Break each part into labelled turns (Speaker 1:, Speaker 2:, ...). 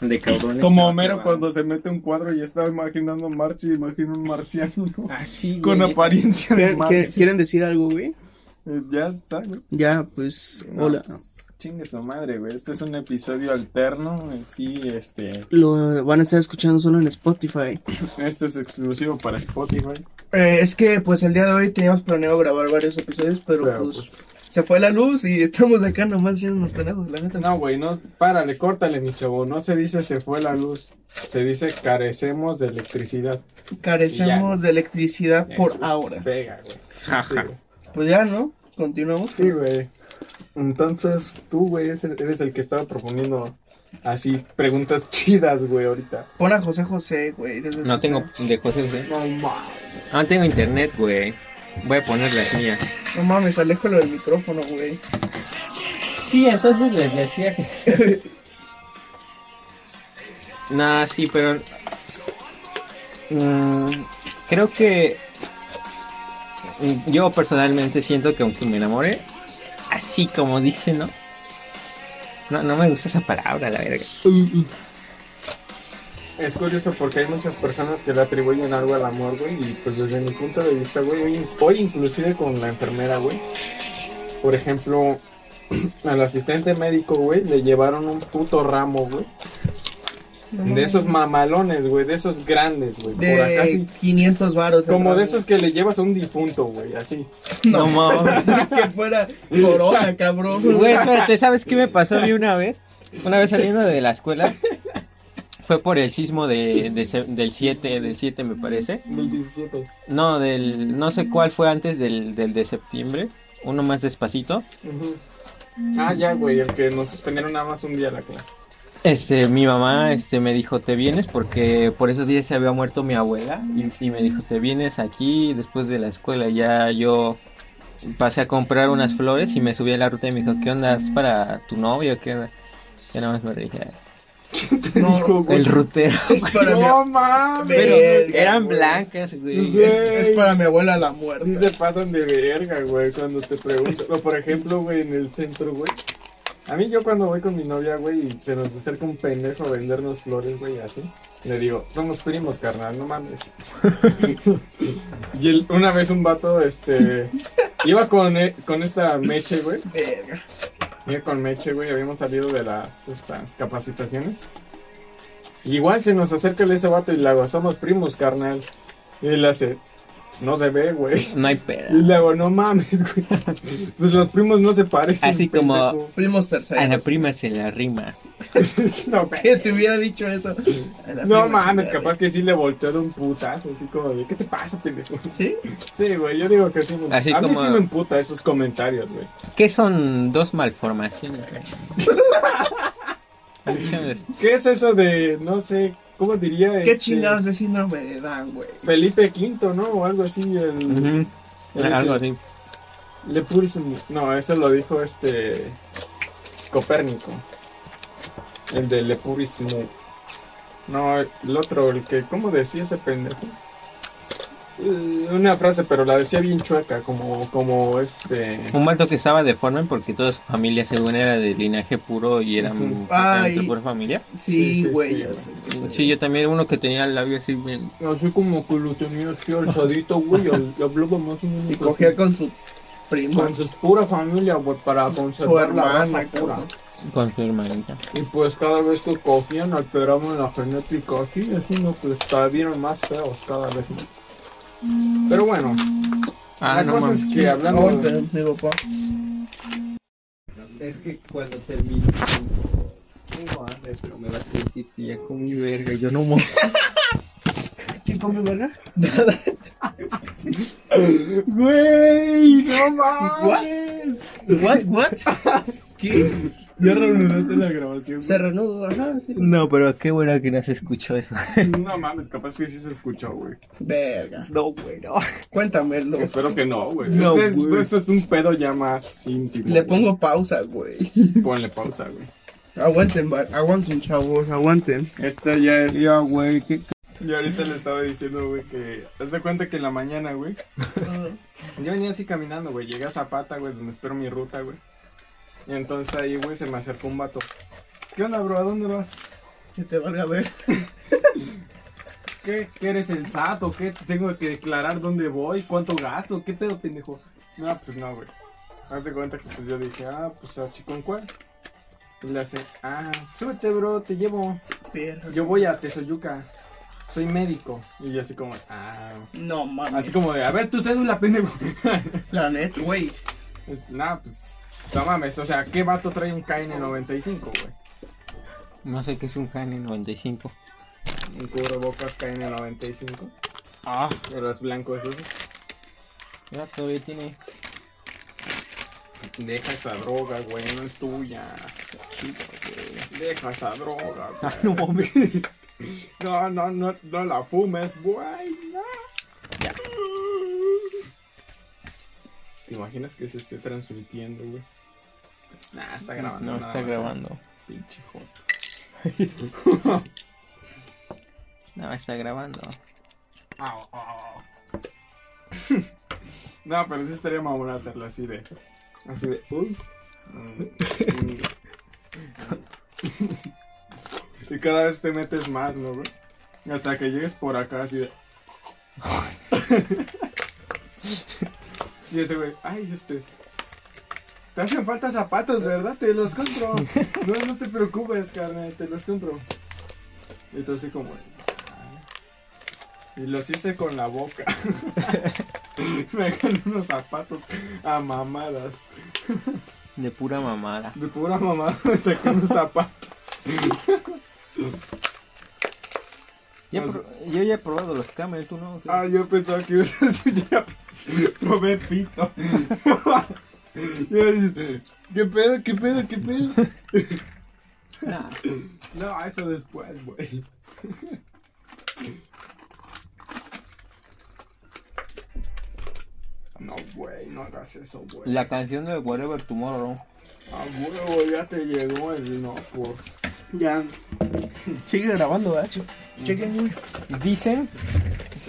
Speaker 1: De cabrones.
Speaker 2: Como
Speaker 1: que
Speaker 2: Homero
Speaker 1: van.
Speaker 2: cuando se mete un cuadro y está imaginando a March y imagina un marciano
Speaker 1: Ah, sí,
Speaker 2: con
Speaker 1: güey.
Speaker 2: apariencia de
Speaker 3: ¿Quieren, quieren-
Speaker 2: March.
Speaker 3: quieren decir algo, güey?
Speaker 2: Es- ya está, güey.
Speaker 3: Ya, pues,
Speaker 2: No,
Speaker 3: hola.
Speaker 2: pues, Chingue su madre, güey. Este es un episodio alterno. eh, Sí, este.
Speaker 3: Lo van a estar escuchando solo en Spotify.
Speaker 2: Este es exclusivo para Spotify.
Speaker 3: Eh, es que, pues, el día de hoy teníamos planeado grabar varios episodios, pero,
Speaker 2: Pero,
Speaker 3: pues, se fue la luz y estamos acá nomás haciendo unos pendejos, la neta.
Speaker 2: No, güey, no. Párale, córtale, mi chavo. No se dice se fue la luz. Se dice carecemos de electricidad.
Speaker 3: Carecemos de electricidad por
Speaker 2: Eso
Speaker 3: ahora.
Speaker 2: Pega, güey. Sí,
Speaker 1: Jaja.
Speaker 2: güey.
Speaker 3: Pues ya, ¿no? Continuamos.
Speaker 2: Sí, güey. Entonces, tú, güey, es el- eres el que estaba proponiendo así preguntas chidas, güey, ahorita.
Speaker 3: Pon a José José, güey. desde
Speaker 1: No
Speaker 3: el-
Speaker 1: tengo de José José.
Speaker 2: No mames.
Speaker 1: No tengo internet, güey. Voy a poner las mías.
Speaker 3: No mames, alejo lo del micrófono, güey.
Speaker 1: Sí, entonces les decía que. nah, sí, pero. Mm, creo que. mm, Yo personalmente siento que aunque me enamore, así como dice, ¿no? No, no me gusta esa palabra, la verga.
Speaker 2: Es curioso porque hay muchas personas que le atribuyen algo al amor, güey, y pues desde mi punto de vista, güey, hoy, hoy inclusive con la enfermera, güey. Por ejemplo, al asistente médico, güey, le llevaron un puto ramo, güey.
Speaker 3: No
Speaker 2: De
Speaker 3: mames.
Speaker 2: esos mamalones, güey, de esos grandes, güey. Por acá
Speaker 3: De
Speaker 2: sí.
Speaker 3: 500 varos. el
Speaker 2: Como
Speaker 3: ramo.
Speaker 2: de esos que le llevas a un difunto, güey, así.
Speaker 1: No, mames.
Speaker 3: que fuera corona, cabrón.
Speaker 1: Güey, espérate, ¿sabes qué me pasó a mí una vez? Una vez saliendo de la escuela. Fue por el sismo de, de se- del 7, del 7 me parece.
Speaker 2: 2017.
Speaker 1: No, del no sé cuál fue antes del, del de septiembre, uno más despacito.
Speaker 2: Ah, ya, güey, el que nos suspendieron nada más un día la clase.
Speaker 1: Este, mi mamá este, me dijo, te vienes porque por esos días se había muerto mi abuela y, y me dijo, te vienes aquí después de la escuela. Ya yo pasé a comprar unas flores y me subí a la ruta y me dijo, ¿qué onda? ¿Es para tu novio? ¿Qué onda? Yo nada más me reí. "Ah,
Speaker 3: No,
Speaker 2: Dijo, güey,
Speaker 1: El rutero.
Speaker 3: es para mi,
Speaker 2: No mames.
Speaker 1: Pero
Speaker 3: Verga,
Speaker 1: eran
Speaker 2: güey.
Speaker 1: blancas, güey.
Speaker 2: Güey.
Speaker 3: es para mi abuela la muerte.
Speaker 2: Sí se pasan de verga, güey, cuando te preguntan. O por ejemplo, güey, en el centro, güey. A mí yo cuando voy con mi novia, güey, y se nos acerca un pendejo a vendernos flores, güey, así. Le digo, somos primos, carnal, no mames. y él, una vez un vato, este, iba con, eh, con esta meche, güey.
Speaker 3: Verga.
Speaker 2: Mira, con Meche, güey, habíamos salido de las estas, capacitaciones. Y igual se nos acerca el ese vato y le hago, somos primos, carnal. Y él hace, "Pues no se ve, güey.
Speaker 1: No hay peda.
Speaker 2: Y le hago, no mames, güey. Pues los primos no se parecen.
Speaker 1: Así como-
Speaker 2: pendejo".
Speaker 3: Primos
Speaker 1: A la
Speaker 3: terceros.
Speaker 1: prima se la rima.
Speaker 2: No,
Speaker 3: ¿Qué te hubiera dicho eso? A la
Speaker 2: no
Speaker 3: prima
Speaker 2: mames,
Speaker 3: tercera.
Speaker 2: capaz que sí le volteó de un putazo, así como de, ¿qué te pasa, pendejo?
Speaker 3: ¿Sí?
Speaker 2: Sí, güey, yo digo que sí. me-
Speaker 1: Así
Speaker 2: a mí
Speaker 1: como-
Speaker 2: sí me emputa esos comentarios, güey.
Speaker 1: ¿Qué son dos malformaciones?
Speaker 2: ¿Qué es eso de, no sé, cómo diría?
Speaker 3: ¿Qué
Speaker 2: este,
Speaker 3: chingados de síndrome de Dan, güey?
Speaker 2: Felipe V, ¿no? O algo así, el...
Speaker 1: Ujú,
Speaker 2: el ese-
Speaker 1: Algo así.
Speaker 2: Le Pulsum. No, eso lo dijo este. Copérnico. El de Le Purism. No, el otro, el que. ¿Cómo decía ese pendejo? Eh, Una frase, pero la decía bien chueca, como, como este.
Speaker 1: Un vato que estaba deforme porque toda su familia, según era de linaje puro y era
Speaker 2: Ujú.
Speaker 3: Ay.
Speaker 1: de pura familia.
Speaker 2: Sí, sí,
Speaker 3: Sí, güey,
Speaker 2: sí,
Speaker 3: ya
Speaker 2: güey.
Speaker 3: sé, güey.
Speaker 1: Sí, yo también, uno que tenía el labio así bien.
Speaker 2: Así como que lo tenía así alzadito, güey. Y hablaba más o menos.
Speaker 3: Y cogía con su prima,
Speaker 2: con su pura familia, güey, para
Speaker 3: su
Speaker 2: conservar la
Speaker 3: hermana,
Speaker 2: pura.
Speaker 3: cabrón.
Speaker 1: con su hermanita.
Speaker 2: Y pues cada vez que cogían alteraban la genética así, así no pues vieron más feos cada vez más. Pero bueno,
Speaker 1: Ah,
Speaker 2: la
Speaker 1: no
Speaker 2: cosa
Speaker 1: mames.
Speaker 2: es que hablando
Speaker 3: Ahorita,
Speaker 2: de-
Speaker 3: mi papá.
Speaker 1: Es que cuando termine. Tengo hambre, pero me vas a decir que ya comí verga. Yo no mojo.
Speaker 3: ¿Quién come verga?
Speaker 2: Güey, no mames.
Speaker 3: ¿What? ¿What? ¿Qué?
Speaker 2: Ya reanudaste la grabación.
Speaker 3: Se renudo, ajá, sí.
Speaker 1: No, pero qué bueno que no se escuchó eso.
Speaker 2: No mames, capaz que sí se escuchó, güey.
Speaker 3: Verga.
Speaker 1: No, bueno.
Speaker 3: Cuéntamelo.
Speaker 2: Espero que no, güey.
Speaker 1: No,
Speaker 2: Este es-
Speaker 1: güey.
Speaker 2: esto es un pedo ya más íntimo.
Speaker 3: Le
Speaker 2: güey.
Speaker 3: pongo pausa, güey.
Speaker 2: ponle pausa, güey.
Speaker 3: Aguanten, bar- aguanten, chavos, aguanten.
Speaker 2: Esta ya es
Speaker 1: Ya, güey, qué
Speaker 2: Y ahorita le estaba diciendo, güey, que haz de cuenta que en la mañana, güey, Ah. Yo venía así caminando, güey. Llegué a Zapata, güey, donde espero mi ruta, güey. Y entonces ahí, güey, se me acercó un vato. ¿Qué onda, bro? ¿A dónde vas?
Speaker 3: Que te valga ver.
Speaker 2: ¿Qué, ¿Qué eres el SAT o qué? ¿Tengo que declarar dónde voy? ¿Cuánto gasto? ¿Qué pedo, pendejo? No, pues no, güey. Haz de cuenta que pues yo dije, ah, pues a Chicón cuál. Y le hace, ah, súbete, bro, te llevo.
Speaker 3: Perro.
Speaker 2: Yo voy a Tesoyuca. Soy médico. Y yo así como, ah.
Speaker 3: No mames.
Speaker 2: Así como de, a ver, tu cédula, pendejo.
Speaker 3: La neta, güey.
Speaker 2: Pues, nah, pues, no mames, o sea, ¿qué vato trae un KN95, güey?
Speaker 1: No sé qué es un KN95.
Speaker 2: Un cubrebocas KN95,
Speaker 1: Ah,
Speaker 2: de los blancos esos.
Speaker 1: mira, todavía tiene.
Speaker 2: Deja esa droga, güey, no es tuya. Deja esa droga,
Speaker 1: Ah,
Speaker 2: güey.
Speaker 1: no mames.
Speaker 2: No, no, no, no la fumes, güey. no. ¿Te imaginas que se esté transmitiendo, güey? Nah, está grabando.
Speaker 1: Ah, No
Speaker 2: nada
Speaker 1: está
Speaker 2: más, eh.
Speaker 1: grabando.
Speaker 2: Pinche joto.
Speaker 1: No, está grabando.
Speaker 2: Au, au. ah, no, pero sí estaría mamón hacerlo así de. Así de. Uy. y cada vez te metes más, ¿no, güey? Hasta que llegues por acá así de. y ese güey, ay, este. Te hacen falta zapatos, ¿verdad? Te los compro. No, no te preocupes, carnal, te los compro. Y tú así como. "Ay". Y los hice con la boca. Me gané unos zapatos a mamadas.
Speaker 1: De pura mamada.
Speaker 2: De pura mamada me saqué unos zapatos.
Speaker 1: Ya
Speaker 2: Los-
Speaker 1: pro- Yo ya he probado los camel, tú no.
Speaker 2: Ah, yo pensaba que ya probé pito. Yo dije, ¿Qué pedo? ¿Qué pedo? ¿Qué pedo?
Speaker 1: Nah.
Speaker 2: No, eso después, güey. No, güey, no hagas eso, güey.
Speaker 1: La canción de Whatever Tomorrow.
Speaker 2: Ah, huevo, ya te llegó el no, por.
Speaker 3: Ya. Sigue grabando, gacho. Chequen, güey.
Speaker 1: Dicen,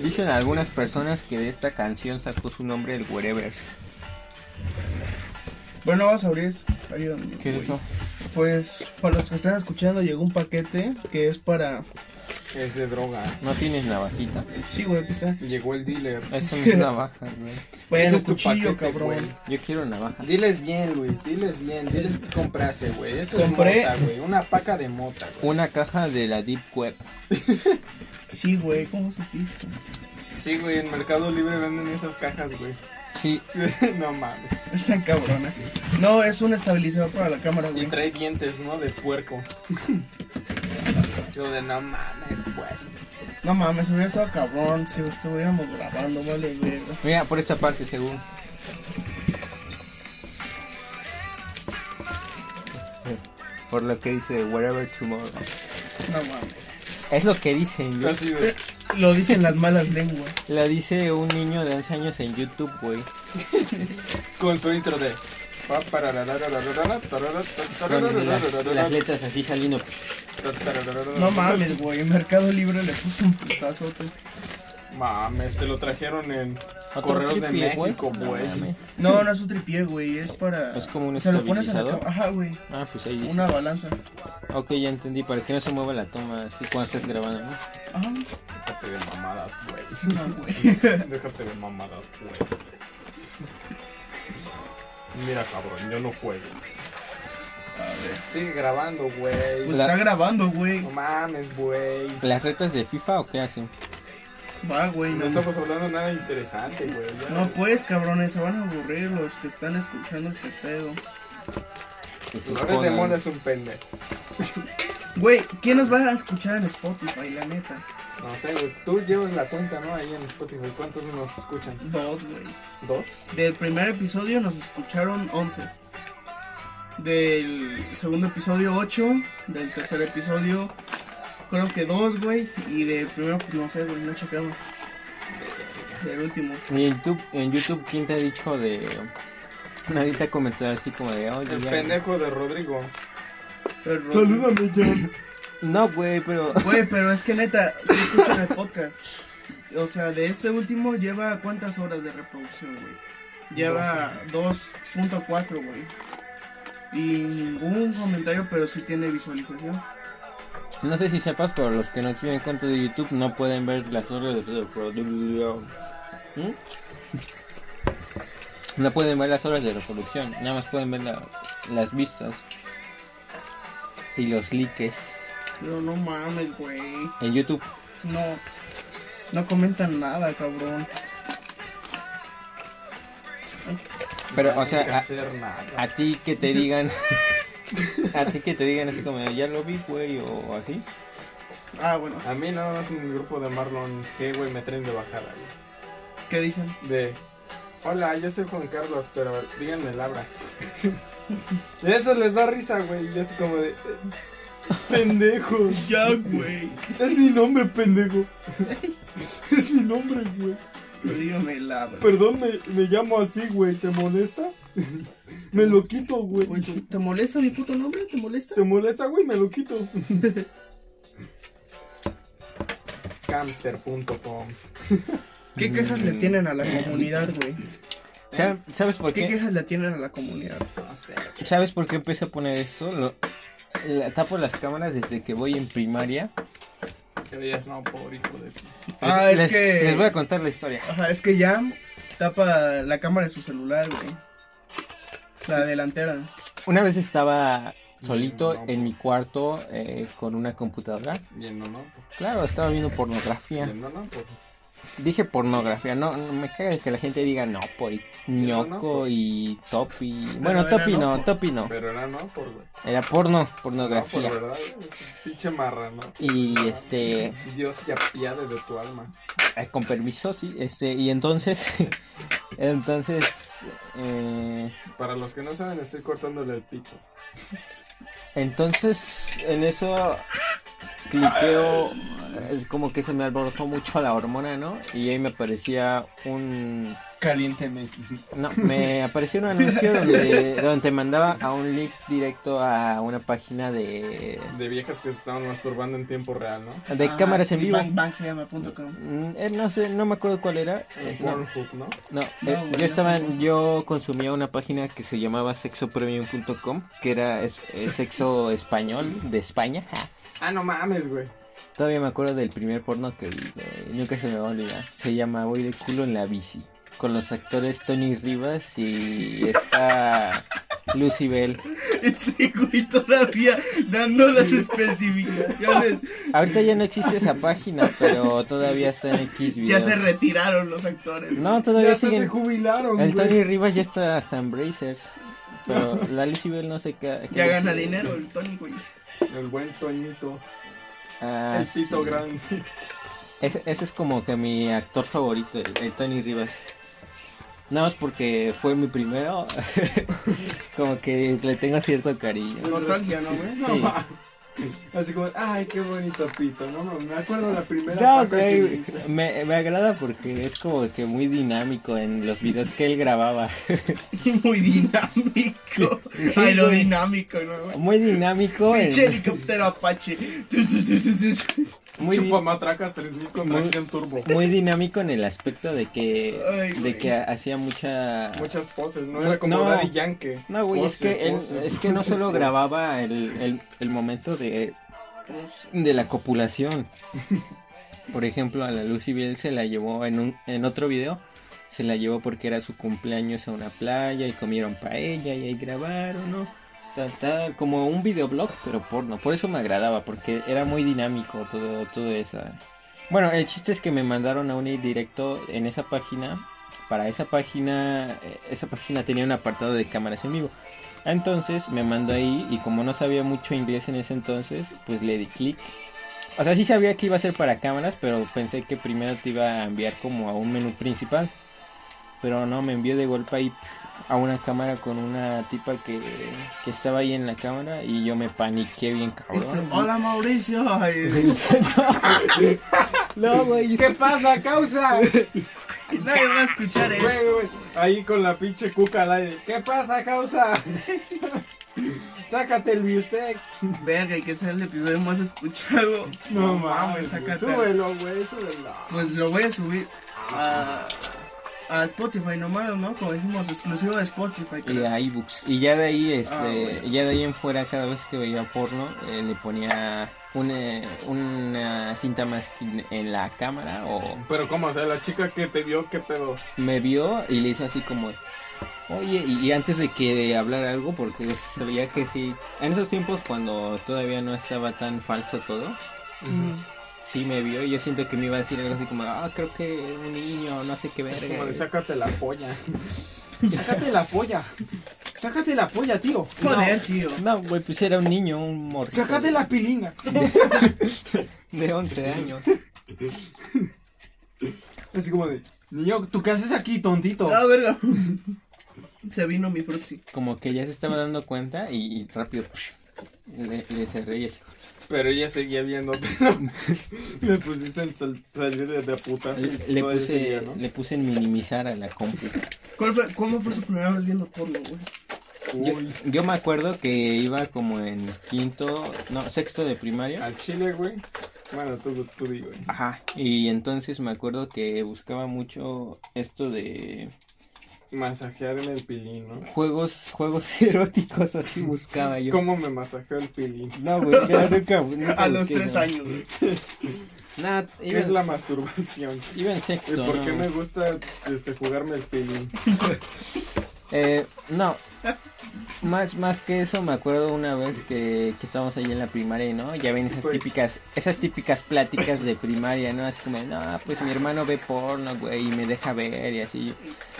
Speaker 1: dicen algunas personas que de esta canción sacó su nombre el Wherevers.
Speaker 3: Bueno, vas a abrir. esto. Ayúdame.
Speaker 1: ¿Qué es
Speaker 3: güey.
Speaker 1: eso?
Speaker 3: Pues, para los que están escuchando, llegó un paquete que es para.
Speaker 2: Es de droga.
Speaker 1: No tienes navajita.
Speaker 3: Sí, güey, aquí está.
Speaker 2: Llegó el dealer.
Speaker 1: Eso no es navaja, güey.
Speaker 3: Bueno,
Speaker 2: es tu
Speaker 3: cuchillo,
Speaker 2: paquete,
Speaker 3: cabrón.
Speaker 2: güey.
Speaker 1: Yo quiero navaja.
Speaker 2: Diles bien, Luis, diles bien, diles que compraste, güey. Eso
Speaker 3: Compré-
Speaker 2: es mota, güey. Una paca de mota, güey.
Speaker 1: Una caja de la Deep Web.
Speaker 3: Sí, güey, ¿cómo supiste?
Speaker 2: Sí, güey, en Mercado Libre venden esas cajas, güey.
Speaker 1: Sí,
Speaker 2: no mames.
Speaker 3: Están cabronas. No, es un estabilizador para la cámara,
Speaker 2: Y
Speaker 3: güey.
Speaker 2: trae dientes, ¿no? De puerco. Yo de no mames, güey.
Speaker 3: No mames, hubiera estado cabrón si estuviéramos grabando, vale, verga.
Speaker 1: mira, por esta parte, según. Por lo que dice Wherever Tomorrow.
Speaker 3: No mames.
Speaker 1: Es lo que dicen, yo-
Speaker 2: Así de.
Speaker 3: Lo dicen las malas lenguas.
Speaker 1: Lo dice un niño de 11 años en YouTube, güey.
Speaker 2: Con su intro de. pa, pararararararara, tarara,
Speaker 1: Con las, las
Speaker 2: tararararararara,
Speaker 1: letras así saliendo.
Speaker 2: tarararararara.
Speaker 3: No mames, güey. Mercado Libre le puso un putazo. tú.
Speaker 2: Mames, te lo trajeron en
Speaker 1: Otro
Speaker 2: Correos de
Speaker 1: tripié, güey.
Speaker 2: México,
Speaker 1: No
Speaker 2: güey.
Speaker 1: mames.
Speaker 3: No, no es un tripié, güey. Es para.
Speaker 1: Es como un
Speaker 3: Se lo pones en la
Speaker 1: estabilizador.
Speaker 3: cama. Ajá, güey.
Speaker 1: Ah, pues ahí dice.
Speaker 3: Una balanza.
Speaker 1: Ok, ya entendí. Para que no se mueva la toma así cuando estás grabando, ¿no?
Speaker 3: Ah,
Speaker 2: Déjate de mamadas, güey.
Speaker 3: no, güey.
Speaker 2: Déjate de mamadas, güey. Mira, cabrón, yo no juego. Sigue grabando, güey.
Speaker 3: Pues
Speaker 1: La-
Speaker 3: está grabando, güey.
Speaker 2: No mames, güey.
Speaker 1: ¿Las retas de FIFA o qué hacen?
Speaker 2: Pues
Speaker 3: Va, güey.
Speaker 2: No
Speaker 3: No,
Speaker 2: estamos hablando nada interesante, güey. ya.
Speaker 3: No, pues, cabrones. Se van a aburrir los que están escuchando este pedo.
Speaker 1: Que se
Speaker 2: Lores de
Speaker 1: jodan.
Speaker 2: Mola es un pendejo.
Speaker 3: Güey, ¿quién nos va a escuchar en Spotify, la neta?
Speaker 2: No sé, güey. Tú llevas la cuenta, ¿no? Ahí en Spotify. ¿Cuántos nos escuchan?
Speaker 3: Dos, güey.
Speaker 2: ¿Dos?
Speaker 3: Del primer episodio nos escucharon 11. Del segundo episodio 8. Del tercer episodio creo que 2, güey. Y del primero, pues no sé, güey, no he checado. Del último.
Speaker 1: Y en YouTube, en YouTube ¿quién te ha dicho de...? Nadie te ha comentado así como de... Oye,
Speaker 2: El
Speaker 1: ya-
Speaker 2: pendejo de Rodrigo.
Speaker 3: Pero,
Speaker 2: John.
Speaker 1: No, güey, pero...
Speaker 3: Güey, pero es que neta, si escuchan el podcast. O sea, de este último lleva cuántas horas de reproducción, güey. Lleva 2.4, güey. Y ningún comentario, pero sí tiene visualización.
Speaker 1: No sé si sepas, pero los que no tienen cuenta de YouTube no pueden ver las órdenes de producción. ¿Mm? No pueden ver las horas de reproducción, nada más pueden ver la- las vistas y los likes
Speaker 3: Pero no mames, güey.
Speaker 1: en YouTube.
Speaker 3: No. No comentan nada, cabrón.
Speaker 1: Pero, o
Speaker 2: hay que
Speaker 1: sea, a-
Speaker 2: hacer nada.
Speaker 1: a, ti que te digan, a ti que te digan así como, ya lo vi, güey, o así.
Speaker 3: Ah, bueno.
Speaker 2: A mí nada más en el grupo de Marlon G, güey, me traen de bajada, güey.
Speaker 3: ¿Qué dicen?
Speaker 2: De, hola, yo soy Juan Carlos, pero díganme Labra. y eso les da risa, güey. Y yo así como de, "Eh, pendejos.
Speaker 3: Pues Ya, güey.
Speaker 2: Es mi nombre, pendejo. es mi nombre, güey.
Speaker 3: Dígame la verdad.
Speaker 2: Perdón, me, me llamo así, güey. ¿Te molesta? me lo quito, güey.
Speaker 3: Güey, ¿te- ¿Te molesta mi puto nombre? ¿Te molesta?
Speaker 2: ¿Te molesta, güey? Me lo quito. Camster.com
Speaker 3: ¿Qué quejas le tienen a la comunidad, güey?
Speaker 1: Sa- ¿Sabes por
Speaker 3: ¿Qué
Speaker 1: qué?
Speaker 3: quejas le tienen a la comunidad?
Speaker 2: No sé.
Speaker 1: ¿Sabes por qué empecé a poner esto? Lo- la- tapo las cámaras desde que voy en primaria.
Speaker 2: Te veías no por hijo de
Speaker 3: Ah, es
Speaker 1: les,
Speaker 3: que-
Speaker 1: les voy a contar la historia.
Speaker 3: Ajá, es que ya tapa la cámara de su celular, güey. La delantera.
Speaker 1: Una vez estaba solito
Speaker 3: Mm,
Speaker 2: No.
Speaker 1: en mi
Speaker 3: pues.
Speaker 1: cuarto eh, con una computadora.
Speaker 2: Bien, no, no.
Speaker 1: Claro, estaba viendo pornografía.
Speaker 2: Bien, no, no. por-
Speaker 1: Dije pornografía, no, no, me caga que la gente diga no por ñoco y topi. Bueno,
Speaker 3: Pero era
Speaker 1: topi
Speaker 3: no
Speaker 1: no,
Speaker 3: por.
Speaker 1: topi no.
Speaker 2: Pero era no por, güey.
Speaker 1: Era porno,
Speaker 2: No por,
Speaker 1: pornografía.
Speaker 2: ¿verdad? güey? Es un Pinche marrano.
Speaker 1: Y este,
Speaker 2: Dios se apiade de tu alma.
Speaker 1: eh, con permiso, sí, este, y entonces, entonces, eh,
Speaker 2: Para los que no saben, estoy cortándole el pico.
Speaker 1: Entonces, en eso cliqueo, es como que se me alborotó mucho la hormona, ¿no? Y ahí me aparecía un...
Speaker 4: Caliente MX.
Speaker 1: No, me apareció un anuncio donde, donde te mandaba a un link directo a una página de,
Speaker 2: De viejas que se estaban masturbando en tiempo real, ¿no?
Speaker 1: de
Speaker 3: Ajá,
Speaker 1: cámaras en
Speaker 3: Ah, sí,
Speaker 1: vivo.
Speaker 3: Bang, bang se llama punto com.
Speaker 1: Mm, eh, no sé, no me acuerdo cuál era. eh,
Speaker 2: En
Speaker 1: no,
Speaker 2: Pornhub, ¿no?
Speaker 1: no, eh,
Speaker 3: No, güey,
Speaker 1: yo
Speaker 3: no
Speaker 1: estaba,
Speaker 3: sé.
Speaker 1: yo consumía una página que se llamaba sexopremium.com, que era es- eh, sexo español de España.
Speaker 2: Ah, no mames, güey.
Speaker 1: Todavía me acuerdo del primer porno que vi, güey, nunca se me va a olvidar. Se llama Voy de culo en la bici. Con los actores Tony Rivas y está Lucy Bell.
Speaker 3: Ese güey todavía dando las especificaciones.
Speaker 1: Ahorita ya no existe esa página, pero todavía está en X
Speaker 3: Ya se retiraron los actores.
Speaker 1: No,
Speaker 2: Ya
Speaker 1: todavía
Speaker 2: hasta se
Speaker 1: siguen.
Speaker 2: jubilaron,
Speaker 1: El
Speaker 2: güey.
Speaker 1: Tony Rivas ya está hasta en Brazers. Pero la Lucy Bell no sé qué. qué
Speaker 3: Ya gana
Speaker 1: hace.
Speaker 3: dinero el Tony, güey.
Speaker 2: El buen Toñito.
Speaker 1: Ah,
Speaker 2: el Tito
Speaker 1: sí.
Speaker 2: Gran.
Speaker 1: Ese, ese es como que mi actor favorito, el, el Tony Rivas. Nada más porque fue mi primero. como que le tengo cierto cariño.
Speaker 3: Nostalgia, ¿no, güey?
Speaker 2: No
Speaker 1: Sí.
Speaker 2: mames. Así como, ay, qué bonito pito, no mames, me acuerdo la primera
Speaker 1: No,
Speaker 2: paca que me
Speaker 1: güey,
Speaker 2: hice.
Speaker 1: me, me agrada porque es como que muy dinámico en los videos que él grababa.
Speaker 3: Muy dinámico.
Speaker 1: Sí,
Speaker 3: Aerodinámico, ¿no, güey?
Speaker 1: Muy dinámico, en-
Speaker 3: Pinche helicóptero Apache.
Speaker 1: muy, di-
Speaker 2: Chupamatracas 3000 con
Speaker 1: Muy-
Speaker 2: tracción turbo.
Speaker 1: muy dinámico en el aspecto de que,
Speaker 3: Ay, güey.
Speaker 1: de que hacía mucha...
Speaker 2: Muchas poses, no
Speaker 1: No,
Speaker 2: era como
Speaker 1: no.
Speaker 2: Daddy Yankee.
Speaker 1: No, güey, es
Speaker 2: Pose,
Speaker 1: que, él-
Speaker 2: pose,
Speaker 1: es que no
Speaker 2: pose,
Speaker 1: solo
Speaker 2: sí.
Speaker 1: grababa el, el- el momento de, de la copulación. Por ejemplo, a la Lucy Biel se la llevó en, un, en otro video. Se la llevó porque era su cumpleaños a una playa y comieron paella y ahí grabaron, ¿no? Tal, tal, como un videoblog, pero porno. Por eso me agradaba, porque era muy dinámico todo, todo eso. Bueno, el chiste es que me mandaron a un directo en esa página. Para esa página, eh, esa página tenía un apartado de cámaras en vivo. Entonces me mandó ahí y como no sabía mucho inglés en ese entonces, pues le di clic. O sea, sí sabía que iba a ser para cámaras, pero pensé que primero te iba a enviar como a un menú principal. Pero no, me envió de golpe ahí pf, a una cámara con una tipa que, que estaba ahí en la cámara y yo me paniqué bien cabrón.
Speaker 3: Hola, Mauricio. Ay,
Speaker 1: No, güey,
Speaker 2: ¿Qué pasa, causa? Güey,
Speaker 3: Nadie va a escuchar eso.
Speaker 2: güey, Ahí con la pinche cuca al aire. ¿Qué pasa, causa? Sácate el bistec.
Speaker 3: Verga, y que sea el episodio más escuchado.
Speaker 2: No mames,
Speaker 3: sácate.
Speaker 2: Súbelo, güey, súbelo.
Speaker 3: Pues lo voy a subir a, a a Spotify nomás, ¿no? Como dijimos, exclusivo de Spotify.
Speaker 1: Y
Speaker 3: creo.
Speaker 1: eh, a ebooks. Y ya de ahí, este,
Speaker 3: Ah, bueno.
Speaker 1: ya de ahí en fuera, cada vez que veía porno, eh, le ponía una, una cinta más que- en la cámara o
Speaker 2: Pero cómo, o sea, la chica que te vio, qué pedo.
Speaker 1: me vio y le hizo así como, oye, y, y antes de que hablara algo, porque se veía que sí, en esos tiempos cuando todavía no estaba tan falso todo,
Speaker 3: Ujú.
Speaker 1: sí me vio y yo siento que me iba a decir algo así como, ah, creo que es un niño, no sé qué verga.
Speaker 2: Como de sácate la polla. sácate la polla. Sácate la polla, tío.
Speaker 3: Joder, tío.
Speaker 1: No, güey, pues era un niño, un morro.
Speaker 2: Sácate la pilinga.
Speaker 1: De 11 años.
Speaker 2: Así como de, niño, ¿tú qué haces aquí, tontito?
Speaker 3: Ah, verga. Se vino mi frutzi.
Speaker 1: Como que ya se estaba dando cuenta y, y rápido le, le cerré y así.
Speaker 2: Pero ella seguía viéndote. Le pusiste en sal- salir de la puta.
Speaker 1: Le, le
Speaker 2: Todavía
Speaker 1: puse,
Speaker 2: seguía, ¿no?
Speaker 1: le puse en minimizar a la compu.
Speaker 3: ¿Cuál fue, ¿Cómo fue su primera vez viendo porno, güey?
Speaker 1: Yo,
Speaker 2: Uy,
Speaker 1: yo me acuerdo que iba como en quinto, no, sexto de primaria.
Speaker 2: al chile, güey. Bueno, tú, tú di, güey.
Speaker 1: Ajá. Y entonces me acuerdo que buscaba mucho esto de
Speaker 2: Masajearme el pilín, ¿no?
Speaker 1: juegos, juegos eróticos, así buscaba yo.
Speaker 2: ¿Cómo me masajeó el pilín?
Speaker 1: No, güey, yo nunca, nunca
Speaker 3: A los
Speaker 1: busqué
Speaker 3: tres
Speaker 1: eso.
Speaker 3: años, güey.
Speaker 1: Nah,
Speaker 2: ¿Qué
Speaker 1: iba,
Speaker 2: es la masturbación?
Speaker 1: iba en
Speaker 2: ¿Y
Speaker 1: sexto.
Speaker 2: por
Speaker 1: ¿no?
Speaker 2: qué me gusta este, jugarme el pilín?
Speaker 1: Eh, no. Más, más que eso, me acuerdo una vez que, que estábamos ahí en la primaria, ¿no? Ya ven esas
Speaker 2: Pues-
Speaker 1: típicas, esas típicas pláticas de primaria, ¿no? Así como, no, pues mi hermano ve porno, güey, y me deja ver y así.